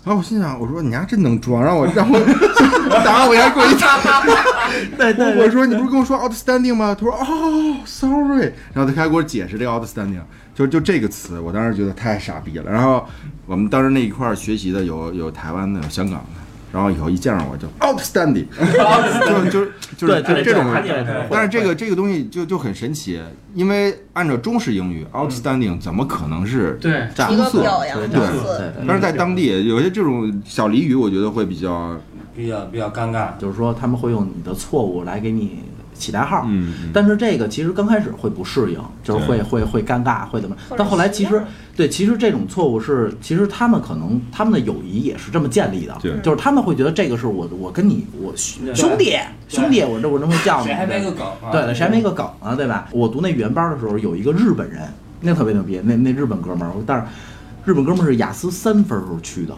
Speaker 3: 然后我心想，我说你丫真能装，让我让我 打我丫过一大
Speaker 1: 对对
Speaker 3: 我我说你不是跟我说 outstanding 吗？他说哦，sorry，然后他开始给我解释这个 outstanding，就就这个词，我当时觉得太傻逼了。然后我们当时那一块儿学习的有有台湾的，有香港的，然后以后一见着我就 outstanding，就就就
Speaker 1: 对
Speaker 3: 是
Speaker 1: 对
Speaker 3: 这种
Speaker 2: 对对对
Speaker 3: 但是这个这个东西就就很神奇，因为按照中式英语 outstanding 怎么可能是
Speaker 2: 对
Speaker 3: 占
Speaker 5: 一个
Speaker 3: 色？
Speaker 5: 表扬
Speaker 1: 对
Speaker 5: 档
Speaker 1: 对
Speaker 5: 次，
Speaker 1: 对，
Speaker 3: 但是在当地有些这种小俚语，我觉得会比较
Speaker 4: 嗯比较比较尴尬。
Speaker 1: 就是说他们会用你的错误来给你起代号。
Speaker 3: 嗯嗯
Speaker 1: 但是这个其实刚开始会不适应，就是会会会尴尬，会怎么？
Speaker 5: 或者
Speaker 1: 但后来其
Speaker 5: 习
Speaker 1: 实
Speaker 5: 惯
Speaker 1: 对，其实这种错误是，其实他们可能他们的友谊也是这么建立的
Speaker 3: 对，
Speaker 1: 就是他们会觉得这个是我我跟你我兄
Speaker 2: 对
Speaker 1: 兄弟兄弟，我这我这么叫你
Speaker 4: 谁还，没个
Speaker 1: 对
Speaker 4: 梗啊？
Speaker 1: 对，谁还没个梗啊，对吧？我读那语言班的时候，有一个日本人，那特别牛逼，那那日本哥们儿，但是日本哥们儿是雅思三分儿时候去的，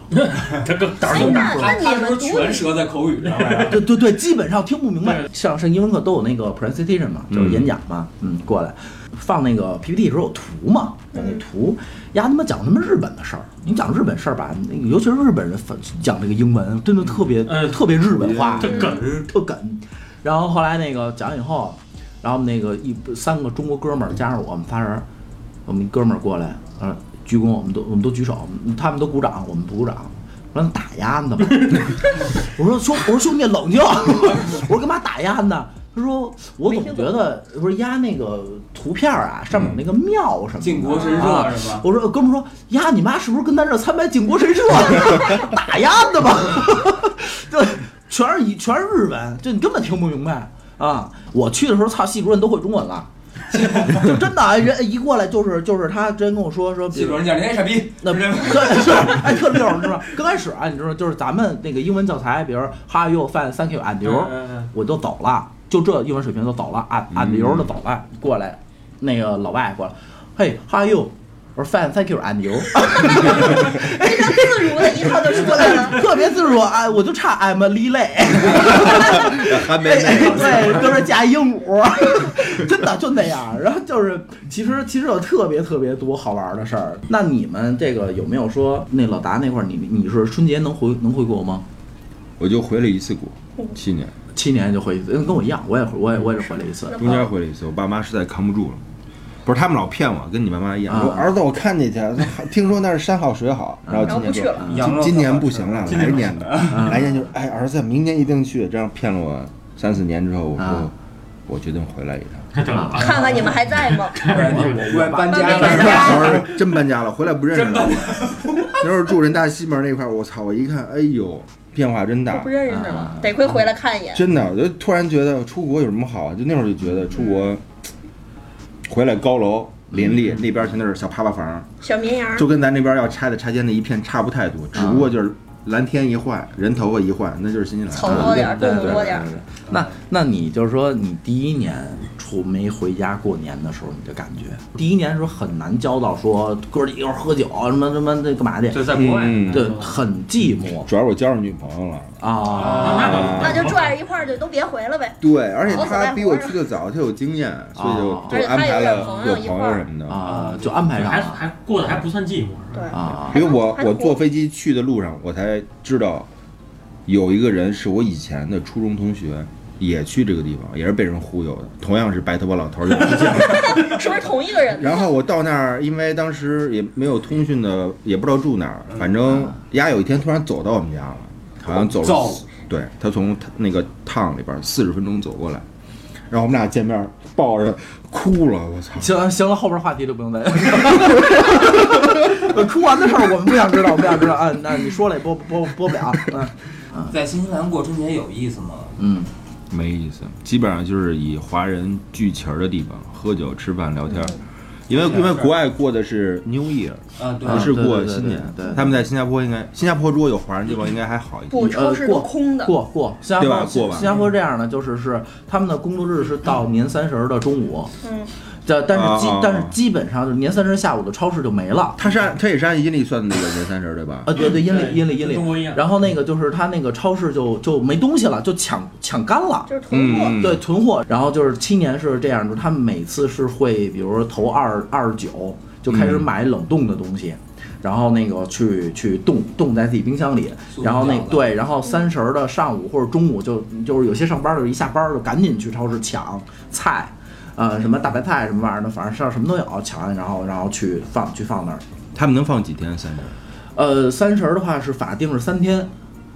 Speaker 2: 他更胆儿
Speaker 5: 哎
Speaker 2: 更大。
Speaker 5: 那
Speaker 4: 他他
Speaker 5: 那你
Speaker 4: 是
Speaker 5: 们
Speaker 4: 不是
Speaker 5: 读
Speaker 4: 全折在口语上啊面？
Speaker 1: 对对对，基本上听不明白
Speaker 2: 对。
Speaker 1: 上上英文课都有那个 presentation 嘛，就是演讲嘛，嗯，过来放那个 PPT 的时候有图嘛，有那图，丫他妈讲他妈日本的事儿，你讲日本事儿吧，那个尤其是日本人反讲这个英文，真的特别、
Speaker 2: 嗯
Speaker 1: 特别日本化，
Speaker 2: 特梗
Speaker 1: 特梗。然后后来那个讲完以后，然后我们那个一三个中国哥们儿加上我们仨人，我们一哥们儿过来，呃，鞠躬，我们都我们都举手，他们都鼓掌，我们不鼓掌。我说打压呢吧，我说兄，我说兄弟冷静，我说干嘛打压呢？他说我总觉得，我说压那个图片儿啊，上面有那个庙什么的，
Speaker 4: 靖国神
Speaker 1: 啊
Speaker 4: 社是吧？
Speaker 1: 我说哥们儿说呀，你妈是不是跟咱这儿参拜靖国神社 打呀的吧？这全是以全是日文，就你根本听不明白啊！我去的时候，操，系主任都会中文了。 就真的啊人一过来就是就是他之前跟我说说，比
Speaker 4: 记
Speaker 1: 如
Speaker 4: 住人家人家傻逼，
Speaker 1: 那
Speaker 4: 人家
Speaker 1: 对 是哎特溜儿，你知道吗？刚开始啊，你知道就是咱们那个英文教材，比如 How you fine, thank you and you，
Speaker 2: 嗯嗯嗯
Speaker 1: 我就走了，就这英文水平就走了，and and you 就走了，过来那个老外过来，嘿 How you，我说 fine, thank you and you，
Speaker 5: 非常自如的一套就出来了。
Speaker 1: 特别自若啊，我就差 I'm a l e
Speaker 3: 韩
Speaker 1: 对 对，搁这加鹦鹉， 真的就那样。然后就是，其实其实有特别特别多好玩的事儿。那你们这个有没有说那老达那块儿，你你是春节能回能回国吗？
Speaker 3: 我就回了一次国，七年。
Speaker 1: 七年就回一次，嗯跟我一样，我也回我也我也是回了一次。
Speaker 3: 中间回了一次，我爸妈实在扛不住了。不是他们老骗我，跟你爸妈一样，啊
Speaker 1: 啊
Speaker 3: 说儿子我看见去，听说那儿山好水好，然后今年说
Speaker 5: 然后
Speaker 4: 去了
Speaker 3: 今今年不行了，
Speaker 4: 今
Speaker 3: 来
Speaker 4: 年不行
Speaker 3: 年吧，来年就是哎儿子明年一定去，这样骗了我三四年之后，我说
Speaker 1: 啊
Speaker 3: 我决定回来一 趟，
Speaker 5: 看看你们还在吗？
Speaker 4: 我我搬家
Speaker 5: 搬
Speaker 4: 了。
Speaker 5: 家
Speaker 3: 当时真搬家了，回来不认识 了。那时候住人大西门那块儿，我操，我一看，哎呦，变化真
Speaker 5: 我
Speaker 3: 大
Speaker 5: 不，认识了，得亏回来看一眼。
Speaker 3: 真的，我就突然觉得出国有什么好啊？就那会儿就觉得出国，回来高楼林立，
Speaker 5: 嗯
Speaker 3: 那边全都是小趴趴房。
Speaker 5: 小绵羊
Speaker 3: 就跟咱这边要拆的拆迁那一片差不太多，
Speaker 5: 嗯
Speaker 3: 只不过就是蓝天一换，人头发一换，那就是新西兰。
Speaker 5: 草多点儿，动物多点儿。
Speaker 1: 那那你就是说，你第一年出没回家过年的时候，你的感觉？第一年的时候很难交到说哥儿几个喝酒啊什么什么那干嘛去，
Speaker 2: 就在国外，
Speaker 3: 嗯
Speaker 1: 对，很寂寞
Speaker 3: 主要我交上女朋友了。
Speaker 1: 啊。
Speaker 5: 那就拽着一块儿就都别回了呗。
Speaker 3: 对，而且
Speaker 5: 好死赖
Speaker 3: 她比我
Speaker 5: 活着
Speaker 3: 去的早，她有经验，所以
Speaker 1: 哦
Speaker 3: 就
Speaker 5: 而且
Speaker 3: 就安
Speaker 5: 她也
Speaker 3: 排
Speaker 5: 有
Speaker 3: 了
Speaker 5: 朋
Speaker 3: 啊有
Speaker 5: 友
Speaker 3: 朋
Speaker 5: 一块
Speaker 3: 友
Speaker 5: 儿
Speaker 3: 什么的。
Speaker 1: 啊，就安排上
Speaker 2: 还
Speaker 1: 了
Speaker 2: 还过得还不算寂寞，是
Speaker 5: 对
Speaker 2: 吧？
Speaker 1: 啊
Speaker 5: 还
Speaker 3: 因
Speaker 5: 能
Speaker 3: 为我
Speaker 5: 还能
Speaker 3: 我坐
Speaker 5: 活
Speaker 3: 飞机去的路上，我才知道有一个人是我以前的初中同学，也去这个地方，也是被人忽悠的，同样是白头发老头儿有意见。
Speaker 5: 是不是同一个 人？
Speaker 3: 然后我到那儿，因为当时也没有通讯的，也不知道住哪儿，反正丫有一天突然走到我们家了，好像走了
Speaker 4: 走
Speaker 3: 四，对他从他那个趟里边四十分钟走过来，然后我们俩见面抱着哭了，我操！
Speaker 1: 行行了，后边话题就不用再。 哭完的事儿我们不想知道，我们不想知道啊。那你说了也播播播不了。嗯
Speaker 4: 在新西兰过春节有意思吗？
Speaker 1: 嗯，
Speaker 3: 没意思，基本上就是以华人聚齐儿的地方喝酒、吃饭、聊天儿，因为因为国外过的是 New Year，
Speaker 4: 啊，对
Speaker 1: 啊
Speaker 3: 不是过
Speaker 1: 对对对
Speaker 3: 新年
Speaker 1: 对对对，
Speaker 3: 他们在新加坡应该新加坡如果有华人地方应该还好一点。
Speaker 5: 不，超市
Speaker 1: 呃过
Speaker 5: 都空的。
Speaker 1: 过过，新加坡
Speaker 3: 对吧过吧
Speaker 1: 新加坡这样的就是是他们的工作日是到年三十儿的中午，
Speaker 5: 嗯，
Speaker 1: 这但是基、
Speaker 3: 啊
Speaker 1: 但是基本上就是年三十下午的超市就没了。
Speaker 3: 他是按他也是按阴历算的那个年三十对吧？
Speaker 1: 啊，对对，阴历阴历阴
Speaker 2: 跟中
Speaker 1: 历。
Speaker 2: 国一样。
Speaker 1: 然后那个就是他那个超市就就没东西了，就抢抢干了。
Speaker 5: 就是囤货。
Speaker 3: 嗯，
Speaker 1: 对，，囤货。然后就是七年是这样，就是他们每次是会，比如说投二二十九，就开始
Speaker 3: 嗯
Speaker 1: 买冷冻的东西，然后那个去去冻冻在自己冰箱里，
Speaker 4: 速
Speaker 1: 然后那
Speaker 4: 冻饺子
Speaker 1: 对，然后三十儿的上午或者中午就就是有些上班儿的一下班儿就赶紧去超市抢菜，呃，什么大白菜什么玩意儿的，反正上什么都有，抢完然后然后去放去放那儿。
Speaker 3: 他们能放几天三十？
Speaker 1: 呃，三十儿的话是法定是三天，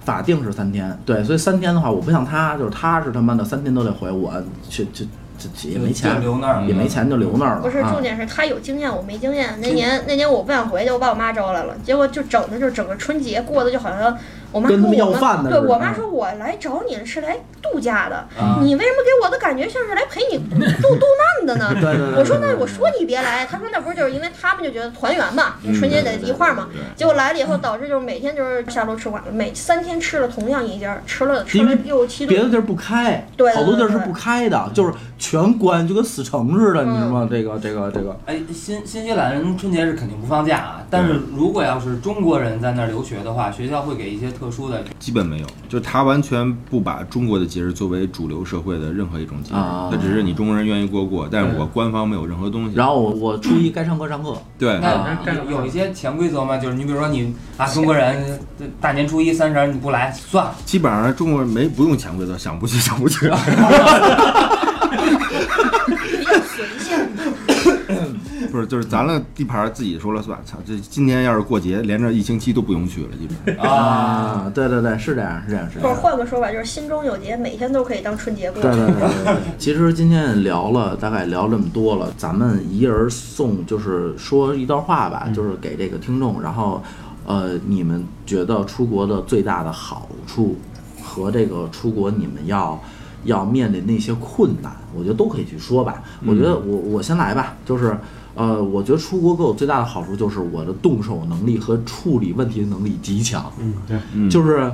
Speaker 1: 法定是三天，对，所以三天的话，我不像他，就是他是他妈的三天都得回，我去去这这也没
Speaker 4: 就
Speaker 1: 钱，
Speaker 4: 留那儿了
Speaker 1: 也没钱就留那儿了。
Speaker 5: 不是，
Speaker 1: 啊嗯
Speaker 5: 重点是他有经验，我没经验。那年那年我不想回去，我把我妈招来了，结果就整的就整个春节过的就好像我妈
Speaker 1: 跟他们
Speaker 5: 说
Speaker 1: 要
Speaker 5: 我
Speaker 1: 饭的
Speaker 5: 对
Speaker 1: 似的
Speaker 5: 我妈
Speaker 1: 嗯
Speaker 5: 说我来找你是来度假的，
Speaker 4: 啊，
Speaker 5: 你为什么给我的感觉像是来陪你度度难的呢？
Speaker 1: 对对对对嗯
Speaker 5: 我说那我说你别来，他说那不是就是因为他们就觉得团圆嘛，就春节得一块儿嘛。结果来了以后，导致就是每天就是下楼吃馆子，每三天吃了同样一家，吃了吃
Speaker 1: 因
Speaker 5: 了
Speaker 1: 为
Speaker 5: 六七
Speaker 1: 别的
Speaker 5: 顿。
Speaker 1: 地儿不开，
Speaker 5: 对对
Speaker 1: 好多地儿是
Speaker 5: 对
Speaker 1: 不开的，就是全关，就跟死城似的，
Speaker 5: 嗯
Speaker 1: 你知道吗？这个这个这个，
Speaker 4: 哎，新新西兰人春节是肯定不放假啊，但是如果要是中国人在那儿留学的话，学校会给一些特殊的，
Speaker 3: 基本没有，就他完全不把中国的节日作为主流社会的任何一种节日，
Speaker 1: 啊
Speaker 3: 他只是你中国人愿意过过，但是
Speaker 2: 对
Speaker 3: 我官方没有任何东西。
Speaker 1: 然后我我初一该上课上课，
Speaker 3: 对，
Speaker 4: 那有有一些潜规则吗？就是你比如说你啊，中国人这大年初一三十儿你不来算了，
Speaker 3: 基本上中国人没不用潜规则，想不去想不去。
Speaker 5: 比较随性，
Speaker 3: 不是，就是咱俩地盘儿自己说了算。操，这今天要是过节，连着一星期都不用去了，基本上。
Speaker 4: 啊，
Speaker 1: 啊，对对对，是这样是这样是这
Speaker 5: 或者
Speaker 1: 样。
Speaker 5: 换个说法，就是心中有节，每天都可以当春节过
Speaker 1: 对。对对对对， 其实今天也聊了大概聊这么多了，咱们一人送就是说一段话吧，就是给这个听众，然后呃，你们觉得出国的最大的好处和这个出国你们要要面临的一些困难，我觉得都可以去说吧。我觉得我我先来吧，就是。呃，我觉得出国给我最大的好处就是我的动手能力和处理问题能力极强。
Speaker 2: 嗯，对，
Speaker 3: 嗯，
Speaker 1: 就是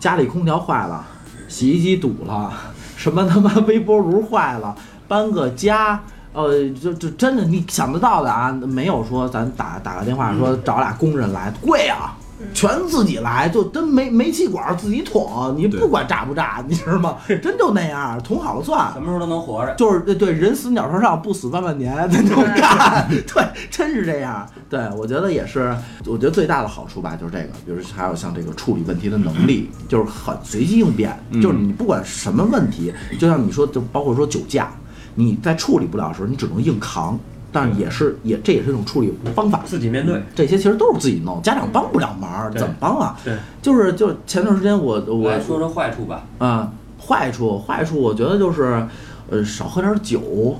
Speaker 1: 家里空调坏了，洗衣机堵了， 什么他妈 微波炉坏了，搬个家。呃，就就真的你想得到的啊，没有说咱打打个电话
Speaker 3: 嗯
Speaker 1: 说找俩工人来，贵啊，全自己来，就真煤煤气管自己捅，你
Speaker 3: 对
Speaker 1: 不管炸不炸，你知道 吗？真就那样，捅好了算。
Speaker 4: 什么时候都能活着。
Speaker 1: 就是对对，人死鸟朝上，不死万万年，那种干， 对，真是这样。对我觉得也是，我觉得最大的好处吧，就是这个，比如说还有像这个处理问题的能力，就是很随机应变，
Speaker 2: 嗯
Speaker 1: 就是你不管什么问题，就像你说，就包括说酒驾，你在处理不了的时候，你只能硬扛，但是也是也这也是一种处理方法。
Speaker 2: 自己面对。
Speaker 1: 这些其实都是自己弄，家长帮不了忙，
Speaker 2: 对
Speaker 1: 怎么帮啊？
Speaker 2: 对，
Speaker 1: 就是就是前段时间我我
Speaker 4: 来说说坏处吧，
Speaker 1: 啊，坏处坏处，我觉得就是，呃，少喝点酒，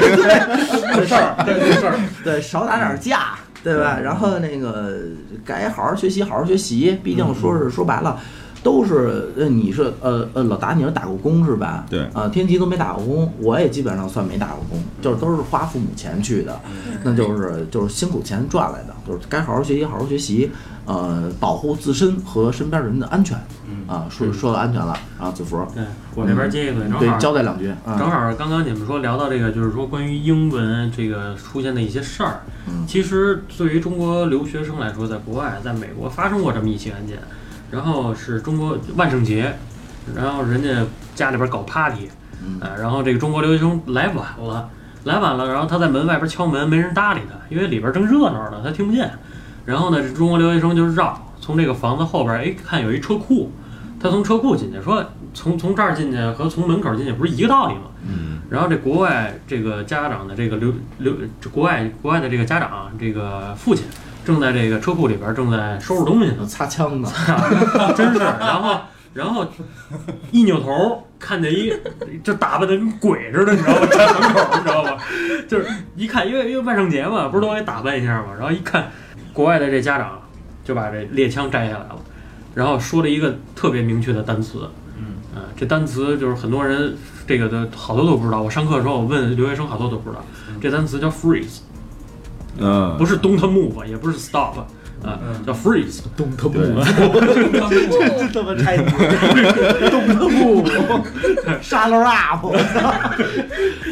Speaker 2: 没 事儿，对没事儿。
Speaker 1: 对，少打点架，对吧？然后那个该好好学习，好好学习。毕竟说是说白了，都是呃，你是呃呃，老达你是打过工是吧？
Speaker 3: 对
Speaker 1: 啊、天琪都没打过工，我也基本上算没打过工，就是都是花父母钱去的，
Speaker 2: 嗯
Speaker 1: 那就是就是辛苦钱赚来的，就是该好好学习，好好学习，呃，保护自身和身边人的安全。
Speaker 2: 嗯
Speaker 1: 啊，说说到安全了，然后子福，
Speaker 2: 对我这边接一嘴，正
Speaker 1: 对
Speaker 2: 好，
Speaker 1: 交代两句
Speaker 2: 正
Speaker 1: 啊，
Speaker 2: 好刚刚你们说聊到这个，就是说关于英文这个出现的一些事儿
Speaker 1: 嗯。
Speaker 2: 其实对于中国留学生来说，在国外，在美国发生过这么一起案件，然后是中国万圣节，然后人家家里边搞 party，
Speaker 1: 嗯
Speaker 2: 啊，然后这个中国留学生来晚了，来晚了，然后他在门外边敲门，没人搭理他，因为里边正热闹呢，他听不见。然后呢，这中国留学生就绕，从这个房子后边，哎，看有一车库，他从车库进去，说从从这儿进去和从门口进去不是一个道理吗？
Speaker 3: 嗯，
Speaker 2: 然后这国外这个家长的这个留留，这国外国外的这个家长，这个父亲正在这个车库里边正在收拾东西呢，
Speaker 1: 擦枪呢，
Speaker 2: 真是。然后然后一扭头看见一就打扮的跟鬼似的，你知道吗？站门口，你知道吗？就是一看，因为因为万圣节嘛，不是都得打扮一下嘛。然后一看，国外的这家长就把这猎枪摘下来了，然后说了一个特别明确的单词，
Speaker 4: 嗯，
Speaker 2: 嗯，这单词就是很多人这个的好多都不知道。我上课的时候我问留学生，好
Speaker 4: 嗯
Speaker 2: 多都不知道这单词叫 freeze，
Speaker 3: 呃，
Speaker 2: 不是 don't move，也不是 stop，啊
Speaker 4: 嗯，
Speaker 2: 叫 freeze，
Speaker 6: 懂得不？
Speaker 5: 哦
Speaker 6: 他妈太懂得不？
Speaker 1: 沙漏 up，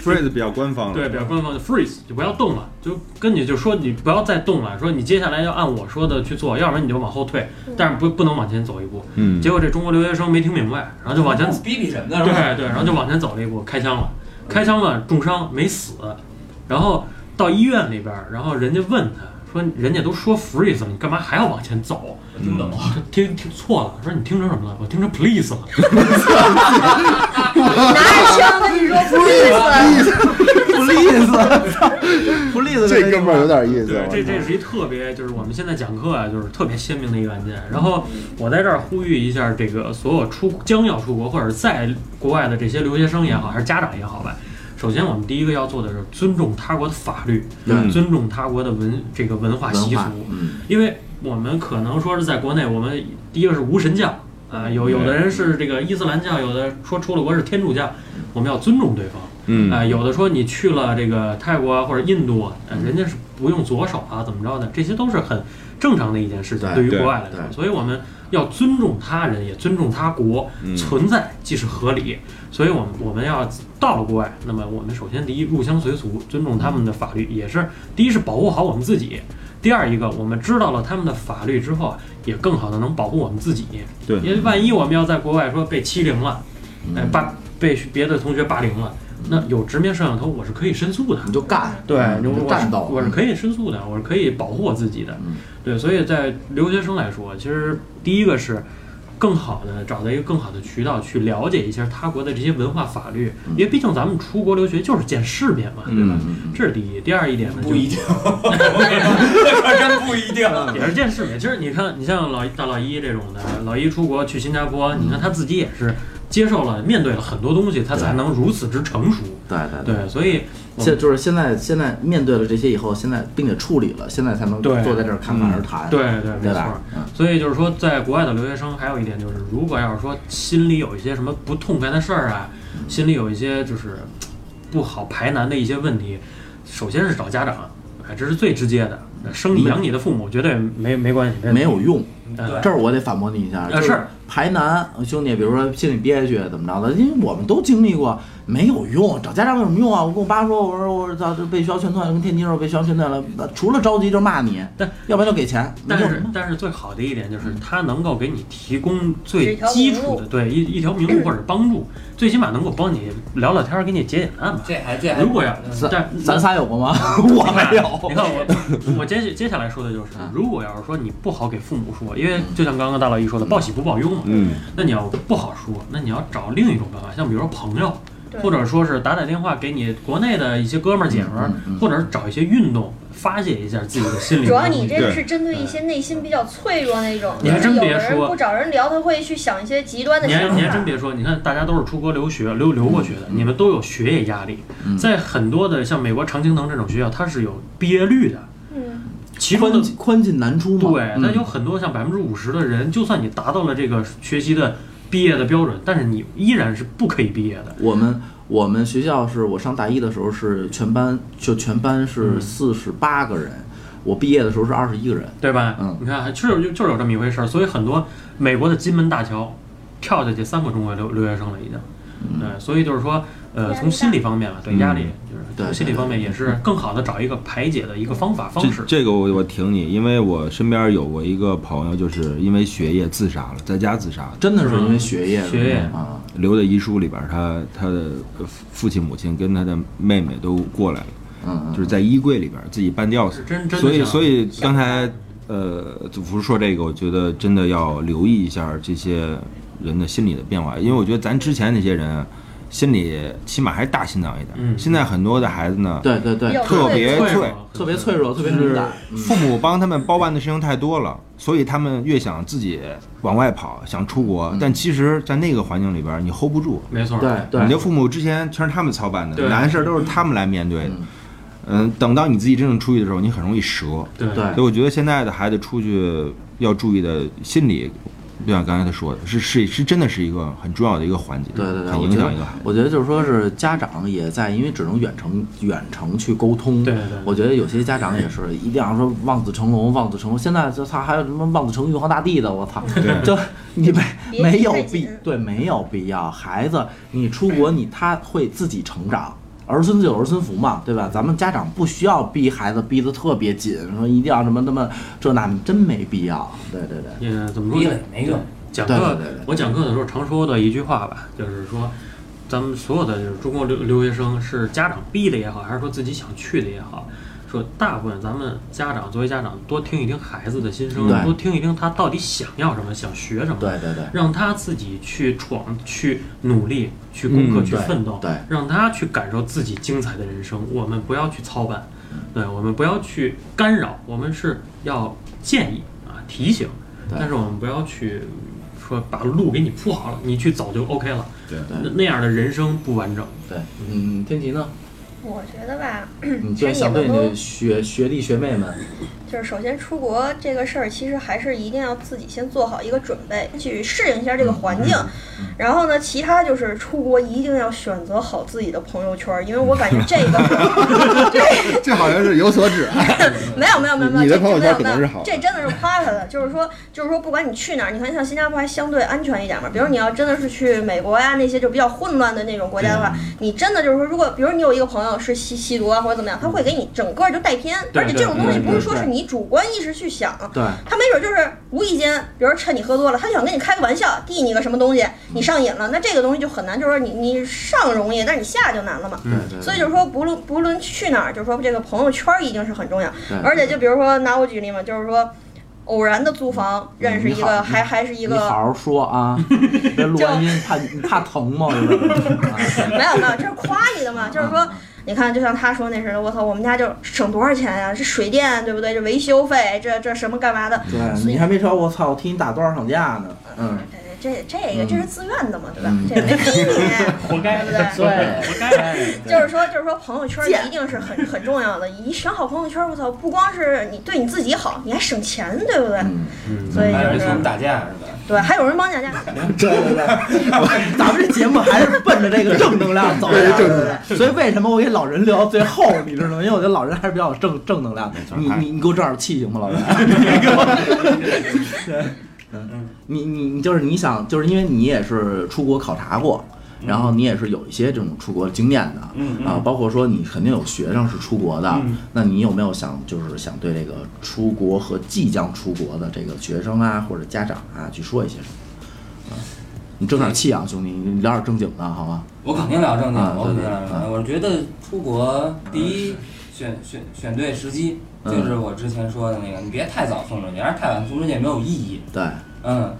Speaker 3: ，phrase 比较官方了，
Speaker 2: 对，比较官方的 freeze，就不要动了，就跟你就说你不要再动了，说你接下来要按我说的去做，要不然你就往后退，但是不不能往前走一步。
Speaker 3: 嗯
Speaker 2: 结，果这中国留学生没听明白，然后就往 前走。哎
Speaker 4: 逼逼什么的，是吧？
Speaker 2: 对对，然后就往前走了一步，开枪了，开枪了，重伤没死，然后到医院里边儿，然后人家问他说，人家都说 freeze 了，你干嘛还要往前走？
Speaker 4: 我听不懂。
Speaker 2: 他听听错了，说你听成什么了？我听成 please 了，
Speaker 5: 拿着枪跟你说不是意思，
Speaker 1: 不利索，不利索。
Speaker 3: 这哥们儿有点意思
Speaker 2: 啊
Speaker 3: 啊
Speaker 2: 对，，这
Speaker 3: 我
Speaker 2: 这是一特别，就是我们现在讲课啊，就是特别鲜明的一个案件。然后我在这儿呼吁一下，这个所有出将要出国或者在国外的这些留学生也好，还是家长也好吧。首先，我们第一个要做的是尊重他国的法律，
Speaker 1: 对
Speaker 2: 尊重他国的文这个文化
Speaker 1: 嗯文
Speaker 2: 习俗
Speaker 1: 化，，嗯，
Speaker 2: 因为我们可能说是在国内，我们第一个是无神教啊，有有的人是这个伊斯兰教，有的说出了国是天主教，我们要尊重对方。
Speaker 3: 嗯
Speaker 2: 啊、有的说你去了这个泰国啊或者印度啊，呃人家是不用左手啊，怎么着的，这些都是很正常的一件事情，
Speaker 1: 对
Speaker 2: 对于
Speaker 3: 对
Speaker 2: 国外来说，
Speaker 1: 对
Speaker 2: 所以我们要尊重他人，也尊重他国、
Speaker 3: 嗯
Speaker 2: 存在，即是合理。所以我们我们要到了国外，那么我们首先第一入乡随俗，尊重他们的法律，也是第一是保护好我们自己。第二一个，我们知道了他们的法律之后，啊也更好的能保护我们自己。
Speaker 3: 对
Speaker 2: 因为万一我们要在国外说被欺凌了，哎
Speaker 1: 嗯
Speaker 2: 霸被别的同学霸凌了，那有直面摄像头，我是可以申诉的。
Speaker 1: 你就干，
Speaker 2: 对，
Speaker 1: 嗯
Speaker 2: 我
Speaker 1: 你
Speaker 2: 是
Speaker 1: 就战斗，
Speaker 2: 我是可以申诉的，我是可以保护我自己的。
Speaker 1: 嗯
Speaker 2: 对，所以在留学生来说，其实第一个是更好的找到一个更好的渠道去了解一下他国的这些文化法律，
Speaker 1: 嗯
Speaker 2: 因为毕竟咱们出国留学就是见世面嘛，对吧？这是第一。第二一点呢，
Speaker 4: 不
Speaker 2: 就
Speaker 4: 一定， 这可真不一定。啊
Speaker 2: 也是见世面。其实你看，你像老大老一这种的，老一出国去新加坡，你看他自己也是接受了、面对了很多东西，他才能如此之成熟。
Speaker 1: 对对对。
Speaker 2: 对，所以我
Speaker 1: 现就是现在，现在面对了这些以后，现在并且处理了，现在才能
Speaker 2: 对嗯
Speaker 1: 坐在这儿侃侃而谈，
Speaker 2: 对对，没
Speaker 1: 对
Speaker 2: 错
Speaker 1: 吧。？嗯，
Speaker 2: 所以就是说，在国外的留学生还有一点就是，如果要是说心里有一些什么不痛快的事儿啊，心里有一些就是嘖不好排难的一些问题，首先是找家长，哎，这是最直接的。生你养你的父母绝对没没关系，
Speaker 1: 没有用。
Speaker 2: 嗯对
Speaker 1: 这儿我得反驳你一下，
Speaker 2: 啊
Speaker 1: 就是排难兄弟，比如说心里憋屈怎么着的，因为我们都经历过，没有用，找家长有什么用啊？我跟我爸说，我说我操，这被学校劝退，跟天津时候被学校劝退了，那除了着急就是骂你
Speaker 2: 但，
Speaker 1: 要不然就给钱，没
Speaker 2: 但
Speaker 1: 用
Speaker 2: 是但是最好的一点就是，它能够给你提供最
Speaker 5: 指条
Speaker 2: 基
Speaker 5: 明
Speaker 2: 础
Speaker 5: 路
Speaker 2: 的对一一条明路或者帮 助，最起码能够帮你聊聊天儿，给你解解难吧。
Speaker 4: 这还这还
Speaker 2: 如果呀
Speaker 4: 嗯
Speaker 2: 但
Speaker 1: 咱咱仨有 过吗？我没有
Speaker 2: 你。看我， 我接接下来说的就是，
Speaker 5: 嗯
Speaker 2: 如果要是说你不好给父母说，因为就像刚刚大老一说的，报喜不报忧嘛，
Speaker 3: 嗯，
Speaker 2: 那你要不好说，那你要找另一种办法，像比如说朋友，
Speaker 5: 对
Speaker 2: 或者说是打打电话给你国内的一些哥们儿姐们儿
Speaker 1: 嗯嗯嗯，
Speaker 2: 或者是找一些运动发泄一下自己的心里。
Speaker 5: 主要你这个是针对一些内心比较脆弱那种，
Speaker 2: 你还真
Speaker 5: 有
Speaker 2: 别
Speaker 5: 的人
Speaker 2: 说
Speaker 5: 不找人聊，他会去想一些极端的
Speaker 2: 你
Speaker 5: 想
Speaker 2: 还
Speaker 5: 法。嗯
Speaker 2: 你还真别说，你看大家都是出国留学留留过学的，你们都有学业压力，在很多的像美国常青藤这种学校，它是有毕业率的，
Speaker 5: 嗯，
Speaker 2: 其中的
Speaker 1: 宽宽进难出嘛，
Speaker 2: 对，那
Speaker 1: 嗯
Speaker 2: 有很多像百分之五十的人，就算你达到了这个学习的毕业的标准，但是你依然是不可以毕业的。
Speaker 1: 我们我们学校是我上大一的时候是全班就全班是
Speaker 2: 嗯
Speaker 1: 四十八个人，我毕业的时候是二十一个人，
Speaker 2: 对吧？
Speaker 1: 嗯
Speaker 2: 你看，还就是有就是有这么一回事儿，所以很多美国的金门大桥跳下去三个中国留留学生了已经。
Speaker 1: 嗯
Speaker 2: 对，所以就是说，
Speaker 5: 压
Speaker 2: 呃，
Speaker 5: 力
Speaker 2: 从心理方面吧，对
Speaker 3: 嗯
Speaker 2: 压力，就是
Speaker 1: 对
Speaker 2: 从心理
Speaker 1: 对
Speaker 2: 方面也是更好的找一个排解的一个方法方
Speaker 3: 这
Speaker 2: 式。
Speaker 3: 这个我我挺你，因为我身边有过一个朋友，就是因为学业自杀了，在家自杀的，
Speaker 1: 真的是因为学业
Speaker 2: 嗯学业
Speaker 1: 啊，
Speaker 3: 留的遗书里边儿，他他的父亲、母亲跟他的妹妹都过来了。
Speaker 1: 嗯嗯，
Speaker 3: 就是在衣柜里边儿自己半吊死
Speaker 2: 是，真真的
Speaker 3: 所以
Speaker 2: 像
Speaker 3: 所以刚才呃祖福说这个，我觉得真的要留意一下这些人的心理的变化，因为我觉得咱之前那些人啊心里起码还是大心脏一点，
Speaker 2: 嗯
Speaker 3: 现在很多的孩子呢
Speaker 1: 对对对
Speaker 5: 有，
Speaker 3: 特别
Speaker 2: 脆
Speaker 3: 脆。
Speaker 2: 弱嗯
Speaker 1: 特别脆弱，特别
Speaker 3: 啊就
Speaker 1: 敏
Speaker 3: 是
Speaker 1: 感，
Speaker 3: 父母帮他们包办的事情太多了，所以他们越想自己往外跑，想出国，
Speaker 2: 嗯
Speaker 3: 但其实，在那个环境里边儿，你 hold 不住。
Speaker 2: 没错，
Speaker 1: 对对，
Speaker 3: 你的父母之前全是他们操办的，
Speaker 2: 对
Speaker 3: 难事儿都是他们来面对的。嗯，等到你自己真正出去的时候，你很容易折。
Speaker 2: 对
Speaker 1: 对
Speaker 3: 所以我觉得现在的孩子出去要注意的心理就像刚才他说的，是是是真的是一个很重要的一个环节，
Speaker 1: 对对对，
Speaker 3: 很
Speaker 1: 我
Speaker 3: 影
Speaker 1: 觉得
Speaker 3: 响一个孩子。
Speaker 1: 我觉得就是说是家长也在，因为只能远程远程去沟通。
Speaker 2: 对对对
Speaker 1: 我觉得有些家长也是一定要说望子成龙，望子成龙。现在就他还有什么望子成玉皇大帝的，我操！就你没
Speaker 5: 别
Speaker 1: 没有
Speaker 5: 太紧
Speaker 1: 必对没有必要。孩子，你出国你他会自己成长。儿孙自有儿孙福嘛，对吧？咱们家长不需要逼孩子逼得特别紧，说一定要什么那么这那，真没必要。对对对，
Speaker 2: 也嗯怎么说
Speaker 4: 逼
Speaker 2: 呢
Speaker 4: 了也？没用。
Speaker 2: 讲
Speaker 1: 对
Speaker 2: 课
Speaker 1: 对对对，
Speaker 2: 我讲课的时候常说的一句话吧，就是说，咱们所有的就是中国留留学生是家长逼的也好，还是说自己想去的也好，说大部分咱们家长作为家长多听一听孩子的心声
Speaker 1: 对，
Speaker 2: 多听一听他到底想要什么，想学什么，
Speaker 1: 对对对。
Speaker 2: 让他自己去闯、去努力、去攻克、
Speaker 3: 嗯
Speaker 2: 去奋斗，
Speaker 1: 对
Speaker 2: 让他去感受自己精彩的人生。我们不要去操办，对，我们不要去干扰，我们是要建议啊、提醒，
Speaker 1: 对
Speaker 2: 但是我们不要去说把路给你铺好了，你去走就 OK 了。
Speaker 3: 对
Speaker 2: 那那样的人生不完整。
Speaker 1: 对，嗯，天琪呢？
Speaker 5: 我觉得吧，
Speaker 1: 你这想对你的学学弟学妹们，
Speaker 5: 就是首先出国这个事儿，其实还是一定要自己先做好一个准备，去适应一下
Speaker 3: 嗯
Speaker 5: 这个环境。然后呢，其他就是出国一定要选择好自己的朋友圈儿，因为我感觉这 个 这
Speaker 3: 这好像是有所指啊，
Speaker 5: 没有没有没有没有，
Speaker 3: 你的
Speaker 5: 这
Speaker 3: 朋友
Speaker 5: 没有
Speaker 3: 圈可能
Speaker 5: 没有
Speaker 3: 是好的
Speaker 5: 这真的是夸他的，就是说就是说，不管你去哪儿，你看像新加坡还相对安全一点嘛，比如你要真的是去美国呀、那些就比较混乱的那种国家的话，
Speaker 3: 嗯
Speaker 5: 你真的就是说，如果比如你有一个朋友是吸吸毒啊或者怎么样，他会给你整个就带偏，
Speaker 2: 对
Speaker 5: 而且这种东西
Speaker 1: 对
Speaker 5: 不
Speaker 1: 对
Speaker 5: 是说
Speaker 1: 对
Speaker 5: 是你主观意识去想，
Speaker 1: 对
Speaker 5: 他没准就是无意间，比如趁你喝多了，他就想跟你开个玩笑，递你个什么东西，
Speaker 1: 嗯
Speaker 5: 你上瘾了，那这个东西就很难，就是说你你上容易，但是你下就难了嘛。
Speaker 1: 对对，
Speaker 5: 所以就是说，不论不论去哪儿，就是说这个朋友圈儿一定是很重要。而且就比如说拿我举例嘛，就是说偶然的租房认识一
Speaker 1: 你好
Speaker 5: 个，还还是一
Speaker 1: 你好
Speaker 5: 个
Speaker 1: 好说啊，别录完音怕你怕疼吗？有点儿
Speaker 5: 没有没有，这是夸你的
Speaker 1: 嗯
Speaker 5: 嘛，就是说。你看，就像他说那似的，我操，我们家就省多少钱呀、这水电对不对？这维修费，这这什么干嘛的？
Speaker 1: 对你还没说，我操，我替你打多少场架呢？嗯，
Speaker 5: 这这这个
Speaker 1: 嗯
Speaker 5: 这是自愿的嘛，对吧
Speaker 1: 嗯？
Speaker 5: 这没逼你，
Speaker 2: 活该
Speaker 5: 对不对？
Speaker 1: 对，
Speaker 2: 活该。
Speaker 5: 就是说，就是说，朋友圈一定是很很重要的。你选好朋友圈，我操，不光是你对你自己好，你还省钱，对不对？
Speaker 1: 嗯，
Speaker 2: 嗯，
Speaker 5: 所以
Speaker 4: 还有
Speaker 5: 就
Speaker 4: 人
Speaker 5: 是
Speaker 4: 跟我们打架是吧？
Speaker 5: 对，还有人帮你讲价。
Speaker 1: 对对对，我咱们这节目还是奔着这个正能量走的，对对对。所以为什么我给老人留到最后，你知道吗？因为我觉得老人还是比较有正正能量的。你你你给我正好气行吗， 老人？
Speaker 4: 嗯，
Speaker 1: 你你你就是你想，就是因为你也是出国考察过，然后你也是有一些这种出国经验的，
Speaker 4: 嗯嗯
Speaker 1: 啊，包括说你肯定有学生是出国的，
Speaker 4: 嗯
Speaker 1: 那你有没有想就是想对这个出国和即将出国的这个学生啊或者家长啊去说一些什么？啊，你正点气啊，兄弟，你聊点正经的好吗？
Speaker 4: 我肯定聊正经
Speaker 1: 啊
Speaker 4: 的，我
Speaker 1: 对
Speaker 4: 肯定
Speaker 1: 对
Speaker 4: 聊正
Speaker 1: 啊
Speaker 4: 经。我觉得出国第一选选选对时机，
Speaker 1: 嗯
Speaker 4: 就是我之前说的那个，你别太早送出去，要是太晚送出去也没有意义。
Speaker 1: 对，
Speaker 4: 嗯，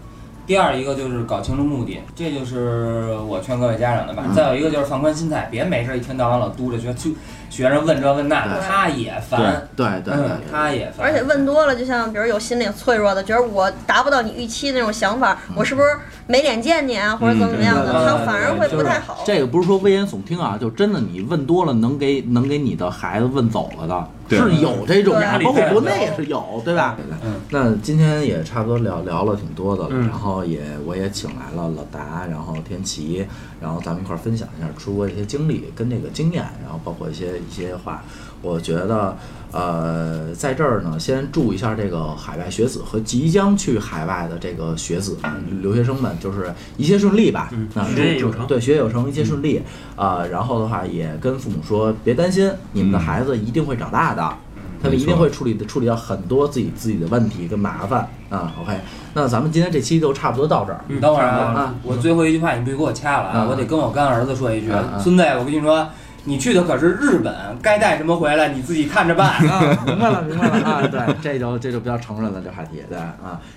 Speaker 4: 第二一个就是搞清楚目的，这就是我劝各位家长的吧。
Speaker 1: 嗯
Speaker 4: 再有一个就是放宽心态，别没事一天到晚老嘟着学去学生问这问那的，
Speaker 5: 对
Speaker 4: 他也烦，
Speaker 1: 对对对对
Speaker 4: 嗯，他也烦，
Speaker 5: 而且问多了，就像比如有心理脆弱的，觉得我达不到你预期那种想法，我是不是没脸见你啊，或者怎么样的，
Speaker 4: 嗯
Speaker 5: 他反而会不太好。
Speaker 1: 这个不是说危言耸听啊，就真的你问多了能给能给你的孩子问走了的，
Speaker 3: 对
Speaker 1: 是有这种呀，
Speaker 5: 对
Speaker 1: 包括国内也是有，对吧？
Speaker 4: 嗯
Speaker 1: 那今天也差不多聊聊了挺多的了，
Speaker 2: 嗯
Speaker 1: 然后也我也请来了老达，然后天琪，然后咱们一块儿分享一下出国一些经历跟这个经验，然后包括一些一些话，我觉得。呃，在这儿呢，先祝一下这个海外学子和即将去海外的这个学子、留学生们，就是一切顺利吧。
Speaker 2: 嗯
Speaker 1: 那
Speaker 2: 学业
Speaker 1: 祝
Speaker 2: 有成嗯
Speaker 1: 对学业有成，一切顺利。啊，然后的话也跟父母说，别担心，你们的
Speaker 3: 嗯
Speaker 1: 孩子一定会长大的。
Speaker 2: 嗯
Speaker 1: 他们一定会处理的处理掉很多自己自己的问题跟麻烦啊。OK，那咱们今天这期就差不多到这儿。
Speaker 2: 嗯
Speaker 4: 等会儿
Speaker 1: 啊
Speaker 4: 啊，我最后一句话你必须给我掐了
Speaker 1: 啊
Speaker 4: 啊！我得跟我干儿子说一句
Speaker 1: 啊啊，
Speaker 4: 孙子，我跟你说，你去的可是日本，该带什么回来你自己看着办。
Speaker 1: 啊，明白了，明白了啊，对，这就这就比较承认了这话题，对啊，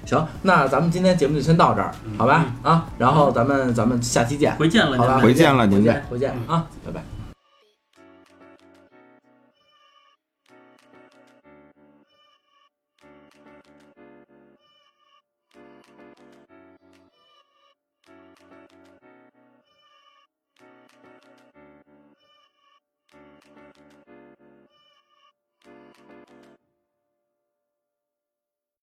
Speaker 1: 行，那咱们今天节目就先到这儿，
Speaker 3: 嗯
Speaker 1: 好吧？啊，然后咱们咱们下期见，
Speaker 2: 回见了，
Speaker 1: 好
Speaker 2: 您
Speaker 1: 吧？
Speaker 2: 们。
Speaker 3: 回见了
Speaker 1: 回
Speaker 3: 您们嗯
Speaker 1: 见，回见啊，拜拜。